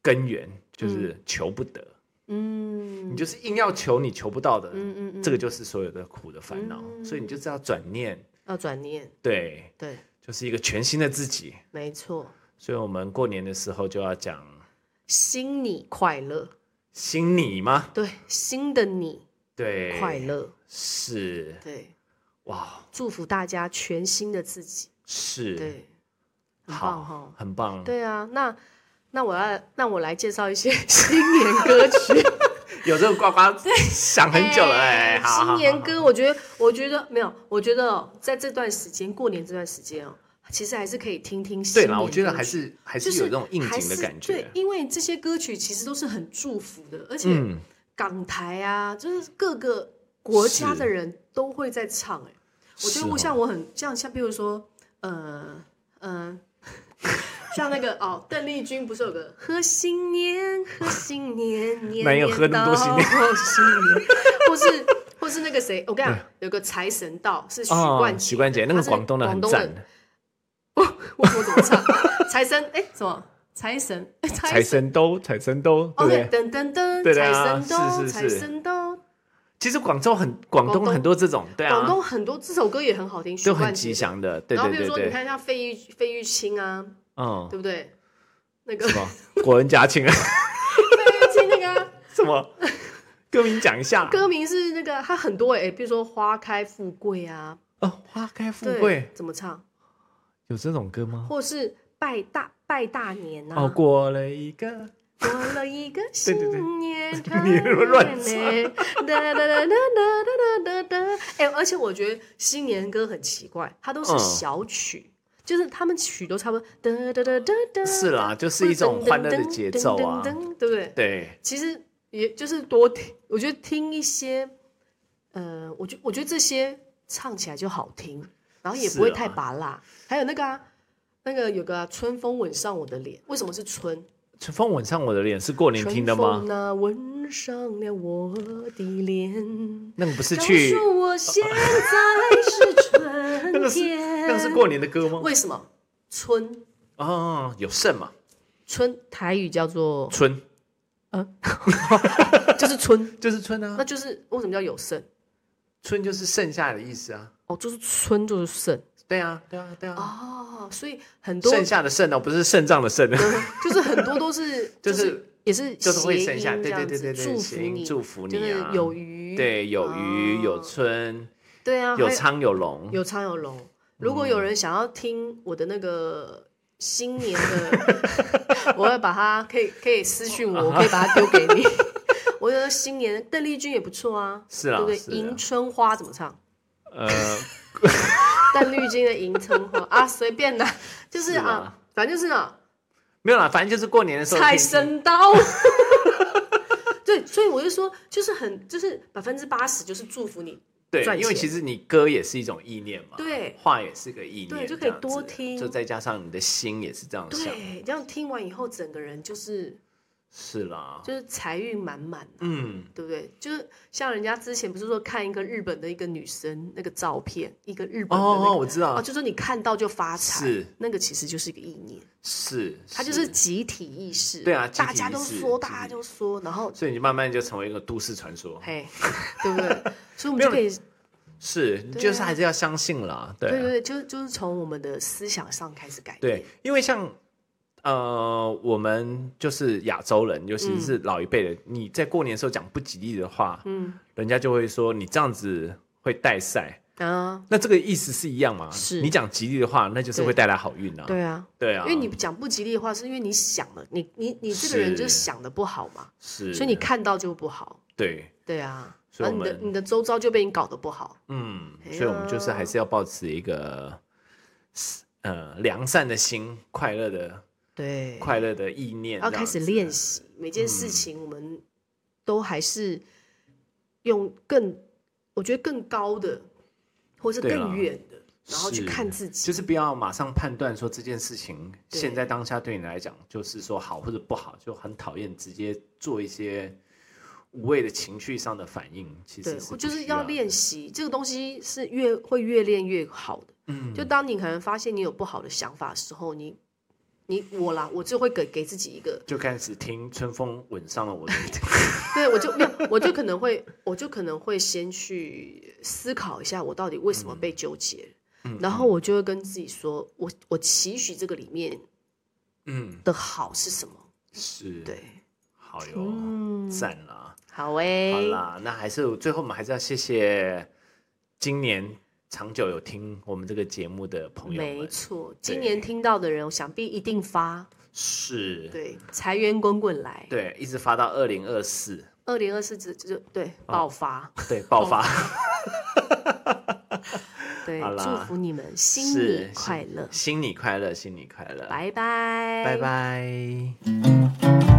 Speaker 1: 根源，就是求不得。
Speaker 2: 嗯
Speaker 1: 你就是硬要求你求不到的，
Speaker 2: 嗯嗯嗯，
Speaker 1: 这个就是所有的苦的烦恼，
Speaker 2: 嗯
Speaker 1: 所以你就是要转念，
Speaker 2: 要转念，
Speaker 1: 对，
Speaker 2: 对，
Speaker 1: 就是一个全新的自己。
Speaker 2: 没错，
Speaker 1: 所以我们过年的时候就要讲
Speaker 2: 新你快乐。
Speaker 1: 新你吗？
Speaker 2: 对，新的你
Speaker 1: 对，
Speaker 2: 快乐，
Speaker 1: 是
Speaker 2: 对，
Speaker 1: 哇，
Speaker 2: 祝福大家全新的自己，
Speaker 1: 是
Speaker 2: 对，很
Speaker 1: 好，
Speaker 2: 棒哈。
Speaker 1: 很棒。
Speaker 2: 对啊，那那我要那我来介绍一些新年歌曲，
Speaker 1: 有这个呱呱想很久了哎，好
Speaker 2: 新年，
Speaker 1: 好好
Speaker 2: 歌，我觉得我觉得没有，我觉得哦在这段时间过年这段时间哦，其实还是可以听听
Speaker 1: 好
Speaker 2: 新
Speaker 1: 对
Speaker 2: 年
Speaker 1: 啦，我觉得
Speaker 2: 歌
Speaker 1: 还
Speaker 2: 曲
Speaker 1: 是还
Speaker 2: 就是
Speaker 1: 有这种应
Speaker 2: 还
Speaker 1: 景的
Speaker 2: 是
Speaker 1: 感
Speaker 2: 对
Speaker 1: 觉，，啊
Speaker 2: 因为这些歌曲其实都是很祝福的，而且
Speaker 1: 嗯，
Speaker 2: 港台啊，就是各个国家
Speaker 1: 是
Speaker 2: 的人都会在唱、哎，我觉
Speaker 1: 是
Speaker 2: 得我
Speaker 1: 哦
Speaker 2: 像我很像像，比如说，呃呃， 像那个哦，邓丽君不是有个“喝新年，喝新年，年
Speaker 1: 哪有
Speaker 2: 年
Speaker 1: 喝那么多新年
Speaker 2: 到新年”，或是或是那个谁，我跟你讲，有个财神到是许冠
Speaker 1: 嗯哦
Speaker 2: 杰的，
Speaker 1: 许冠杰那个
Speaker 2: 他是
Speaker 1: 广东的很赞，
Speaker 2: 我我怎么唱？财神哎、什么？财神哎，
Speaker 1: 财
Speaker 2: 财神。
Speaker 1: 神都，财神都，对不对
Speaker 2: OK，？噔噔噔，
Speaker 1: 对的
Speaker 2: 财
Speaker 1: 啊
Speaker 2: 神到，
Speaker 1: 是是
Speaker 2: 财
Speaker 1: 是
Speaker 2: 神到，
Speaker 1: 其实广州很，广
Speaker 2: 广
Speaker 1: 东
Speaker 2: 东
Speaker 1: 很多这种，对
Speaker 2: 广
Speaker 1: 啊，
Speaker 2: 东很多这首歌也很好听，许
Speaker 1: 都
Speaker 2: 冠
Speaker 1: 很
Speaker 2: 杰
Speaker 1: 吉
Speaker 2: 的。
Speaker 1: 祥的，对
Speaker 2: 然后
Speaker 1: 对
Speaker 2: 比
Speaker 1: 对
Speaker 2: 如说，你
Speaker 1: 对，
Speaker 2: 看像费玉费玉清啊，
Speaker 1: 嗯，
Speaker 2: 对不对？那个
Speaker 1: 什么国人家亲啊，
Speaker 2: 费玉清那个啊
Speaker 1: 什 么歌名讲一下
Speaker 2: 歌名是那个，他很多哎、比如说《花开富贵》啊，
Speaker 1: 哦，花开富
Speaker 2: 对
Speaker 1: 贵
Speaker 2: 怎么唱，
Speaker 1: 有这种歌吗？
Speaker 2: 或是拜大拜大年啊，
Speaker 1: 哦，过了一个，
Speaker 2: 过了一个
Speaker 1: 对对对
Speaker 2: 新年，
Speaker 1: 你乱唱
Speaker 2: 唱，哒哒哒哒哒哒哒哒。哎，而且我觉得新年歌很奇怪，它都是
Speaker 1: 嗯
Speaker 2: 小曲，就是他们曲都差不多，哒哒哒哒哒。
Speaker 1: 是啦 就是一种欢乐的节奏啊
Speaker 2: 噔噔噔噔噔对不对？
Speaker 1: 对，
Speaker 2: 其实也就是多听，我觉得听一些，呃，我觉我觉得这些唱起来就好听，然后也不会
Speaker 1: 是啊
Speaker 2: 太拔辣。还有那个啊，那个有个、啊、春风吻上我的脸，为什么是春？
Speaker 1: 春风吻上我的脸是过年听的
Speaker 2: 春
Speaker 1: 吗
Speaker 2: 风？啊，吻上了我的脸，
Speaker 1: 那个不是
Speaker 2: 告
Speaker 1: 去，
Speaker 2: 诉我现在是春 天。
Speaker 1: 那个是那个是过年的歌吗？
Speaker 2: 为什么春
Speaker 1: 哦，有剩嘛？
Speaker 2: 春台语叫做
Speaker 1: 春
Speaker 2: 就 是春，
Speaker 1: 就是春啊
Speaker 2: 那，就是为什么叫有剩？
Speaker 1: 春就是剩下的意思啊。
Speaker 2: 哦，就是春就是剩
Speaker 1: 对啊，对啊，对啊，
Speaker 2: 哦，所以很多
Speaker 1: 剩下的剩哦，不是肾脏的肾，
Speaker 2: 就是很多都是
Speaker 1: 就是
Speaker 2: 也是
Speaker 1: 就是会
Speaker 2: 谐
Speaker 1: 剩下，
Speaker 2: 音
Speaker 1: 对
Speaker 2: 这
Speaker 1: 对
Speaker 2: 样
Speaker 1: 对对对，
Speaker 2: 子祝福
Speaker 1: 谐音
Speaker 2: 你，
Speaker 1: 祝福
Speaker 2: 就
Speaker 1: 你
Speaker 2: 是
Speaker 1: 啊，
Speaker 2: 有余
Speaker 1: 对有余有
Speaker 2: 哦
Speaker 1: 春，
Speaker 2: 对啊，
Speaker 1: 有
Speaker 2: 还
Speaker 1: 苍有龙，
Speaker 2: 有苍有龙。如果有
Speaker 1: 嗯
Speaker 2: 人想要听我的那个新年的， 我会把它可以可以私信我，我可以把它丢给你。 我觉得新年邓丽君也不错啊，
Speaker 1: 是
Speaker 2: 对
Speaker 1: 啦
Speaker 2: 不对？
Speaker 1: 是啦
Speaker 2: 迎春花怎么唱？
Speaker 1: 呃，
Speaker 2: 邓丽君的《迎春花》啊，随便啦，就是
Speaker 1: 是
Speaker 2: 啊
Speaker 1: 啊，
Speaker 2: 反正就是啊，
Speaker 1: 没有啦，反正就是过年的时候
Speaker 2: 菜
Speaker 1: 听听
Speaker 2: 神刀。 对，所以我就说，就是很，就是百分之八十就是祝福你，
Speaker 1: 对
Speaker 2: 赚，
Speaker 1: 因为
Speaker 2: 钱
Speaker 1: 其实你歌也是一种意念嘛，
Speaker 2: 对
Speaker 1: 话也是个意念，
Speaker 2: 对就
Speaker 1: 这
Speaker 2: 可以
Speaker 1: 样子
Speaker 2: 多听
Speaker 1: 就再加上你的心也是这样想，
Speaker 2: 对，这样听完以后，整个人就是
Speaker 1: 是啦，
Speaker 2: 就是财运满满，
Speaker 1: 嗯，
Speaker 2: 对不对？就是像人家之前不是说看一个日本的一个女生那个照片，一个日本的、那个
Speaker 1: 哦，我知道
Speaker 2: 哦，，就说你看到就发财，
Speaker 1: 是
Speaker 2: 那个其实就是一个意念，
Speaker 1: 是，
Speaker 2: 它就是集体意识，
Speaker 1: 对啊集
Speaker 2: 大
Speaker 1: 体
Speaker 2: 家
Speaker 1: 意
Speaker 2: 都
Speaker 1: 识
Speaker 2: 说，
Speaker 1: 集
Speaker 2: 大家
Speaker 1: 体
Speaker 2: 都说，然后
Speaker 1: 所以你慢慢就成为一个都市传说，
Speaker 2: 嘿，对不对？所以我
Speaker 1: 没
Speaker 2: 们就
Speaker 1: 有
Speaker 2: 可以，
Speaker 1: 是，
Speaker 2: 对
Speaker 1: 就是
Speaker 2: 啊
Speaker 1: 还是要相信啦，
Speaker 2: 对
Speaker 1: 啊
Speaker 2: 对对，就就是从我们的思想上开始改变
Speaker 1: 对，，因为像呃，我们就是亚洲人，尤其是老一辈的，你在过年的时候讲不吉利的话，
Speaker 2: 嗯
Speaker 1: 人家就会说你这样子会带赛。
Speaker 2: 啊，
Speaker 1: 那这个意思是一样嘛？
Speaker 2: 是
Speaker 1: 你讲吉利的话，那就是
Speaker 2: 对
Speaker 1: 会带来好运啊。
Speaker 2: 对啊，
Speaker 1: 对啊，
Speaker 2: 因为你讲不吉利的话，是因为你想了，你你你这个人就是想的不好嘛，
Speaker 1: 是，
Speaker 2: 所以你看到就不好，
Speaker 1: 对，
Speaker 2: 对啊，
Speaker 1: 所
Speaker 2: 然
Speaker 1: 以
Speaker 2: 后你
Speaker 1: 我
Speaker 2: 的
Speaker 1: 们
Speaker 2: 你的周遭就被你搞得不好，
Speaker 1: 嗯，
Speaker 2: 哎呀
Speaker 1: 所以我们就是还是要保持一个呃良善的心，快乐的
Speaker 2: 对，
Speaker 1: 快乐的意念，
Speaker 2: 要开始练
Speaker 1: 习。
Speaker 2: 习每
Speaker 1: 嗯
Speaker 2: 件事情，我们都还是用更，我觉得更高的，或是
Speaker 1: 对啦
Speaker 2: 更远的，然后去
Speaker 1: 是
Speaker 2: 看自己，
Speaker 1: 就是不要马上判断说这件事情
Speaker 2: 对
Speaker 1: 现在当下对你来讲就是说好或者不好，就很讨厌直接做一些无谓的情绪上的反应。其
Speaker 2: 对
Speaker 1: 实，
Speaker 2: 我
Speaker 1: 不
Speaker 2: 就是
Speaker 1: 需
Speaker 2: 要
Speaker 1: 要，
Speaker 2: 练习这个东西，是越会越练越好的。
Speaker 1: 嗯，
Speaker 2: 就当你可能发现你有不好的想法的时候，你你我啦，我就会给给自己一个，
Speaker 1: 就开始听春风吻上了我的 脸，
Speaker 2: 对我就没有，我就可能会，我就可能会先去思考一下，我到底为什么被纠结，
Speaker 1: 嗯
Speaker 2: 然后我就会跟自己说，我我期许这个里面
Speaker 1: 嗯，
Speaker 2: 的好是什么？
Speaker 1: 是，
Speaker 2: 对，
Speaker 1: 好哟，
Speaker 2: 嗯，
Speaker 1: 赞啦。
Speaker 2: 好诶、
Speaker 1: 好啦，那还是最后我们还是要谢谢今年长久有听我们这个节目的朋友
Speaker 2: 没
Speaker 1: 们，
Speaker 2: 错，今年听到的人，我想必一定发，
Speaker 1: 是，
Speaker 2: 对，财源滚滚来，
Speaker 1: 对，一直发到二零二四，
Speaker 2: 二零二四就就对
Speaker 1: 哦
Speaker 2: 爆发，
Speaker 1: 对，爆发，
Speaker 2: 哦对
Speaker 1: 好，啦
Speaker 2: 祝福你们新
Speaker 1: 是
Speaker 2: 年快乐，
Speaker 1: 新年快乐，新年快乐，
Speaker 2: 拜拜，
Speaker 1: 拜拜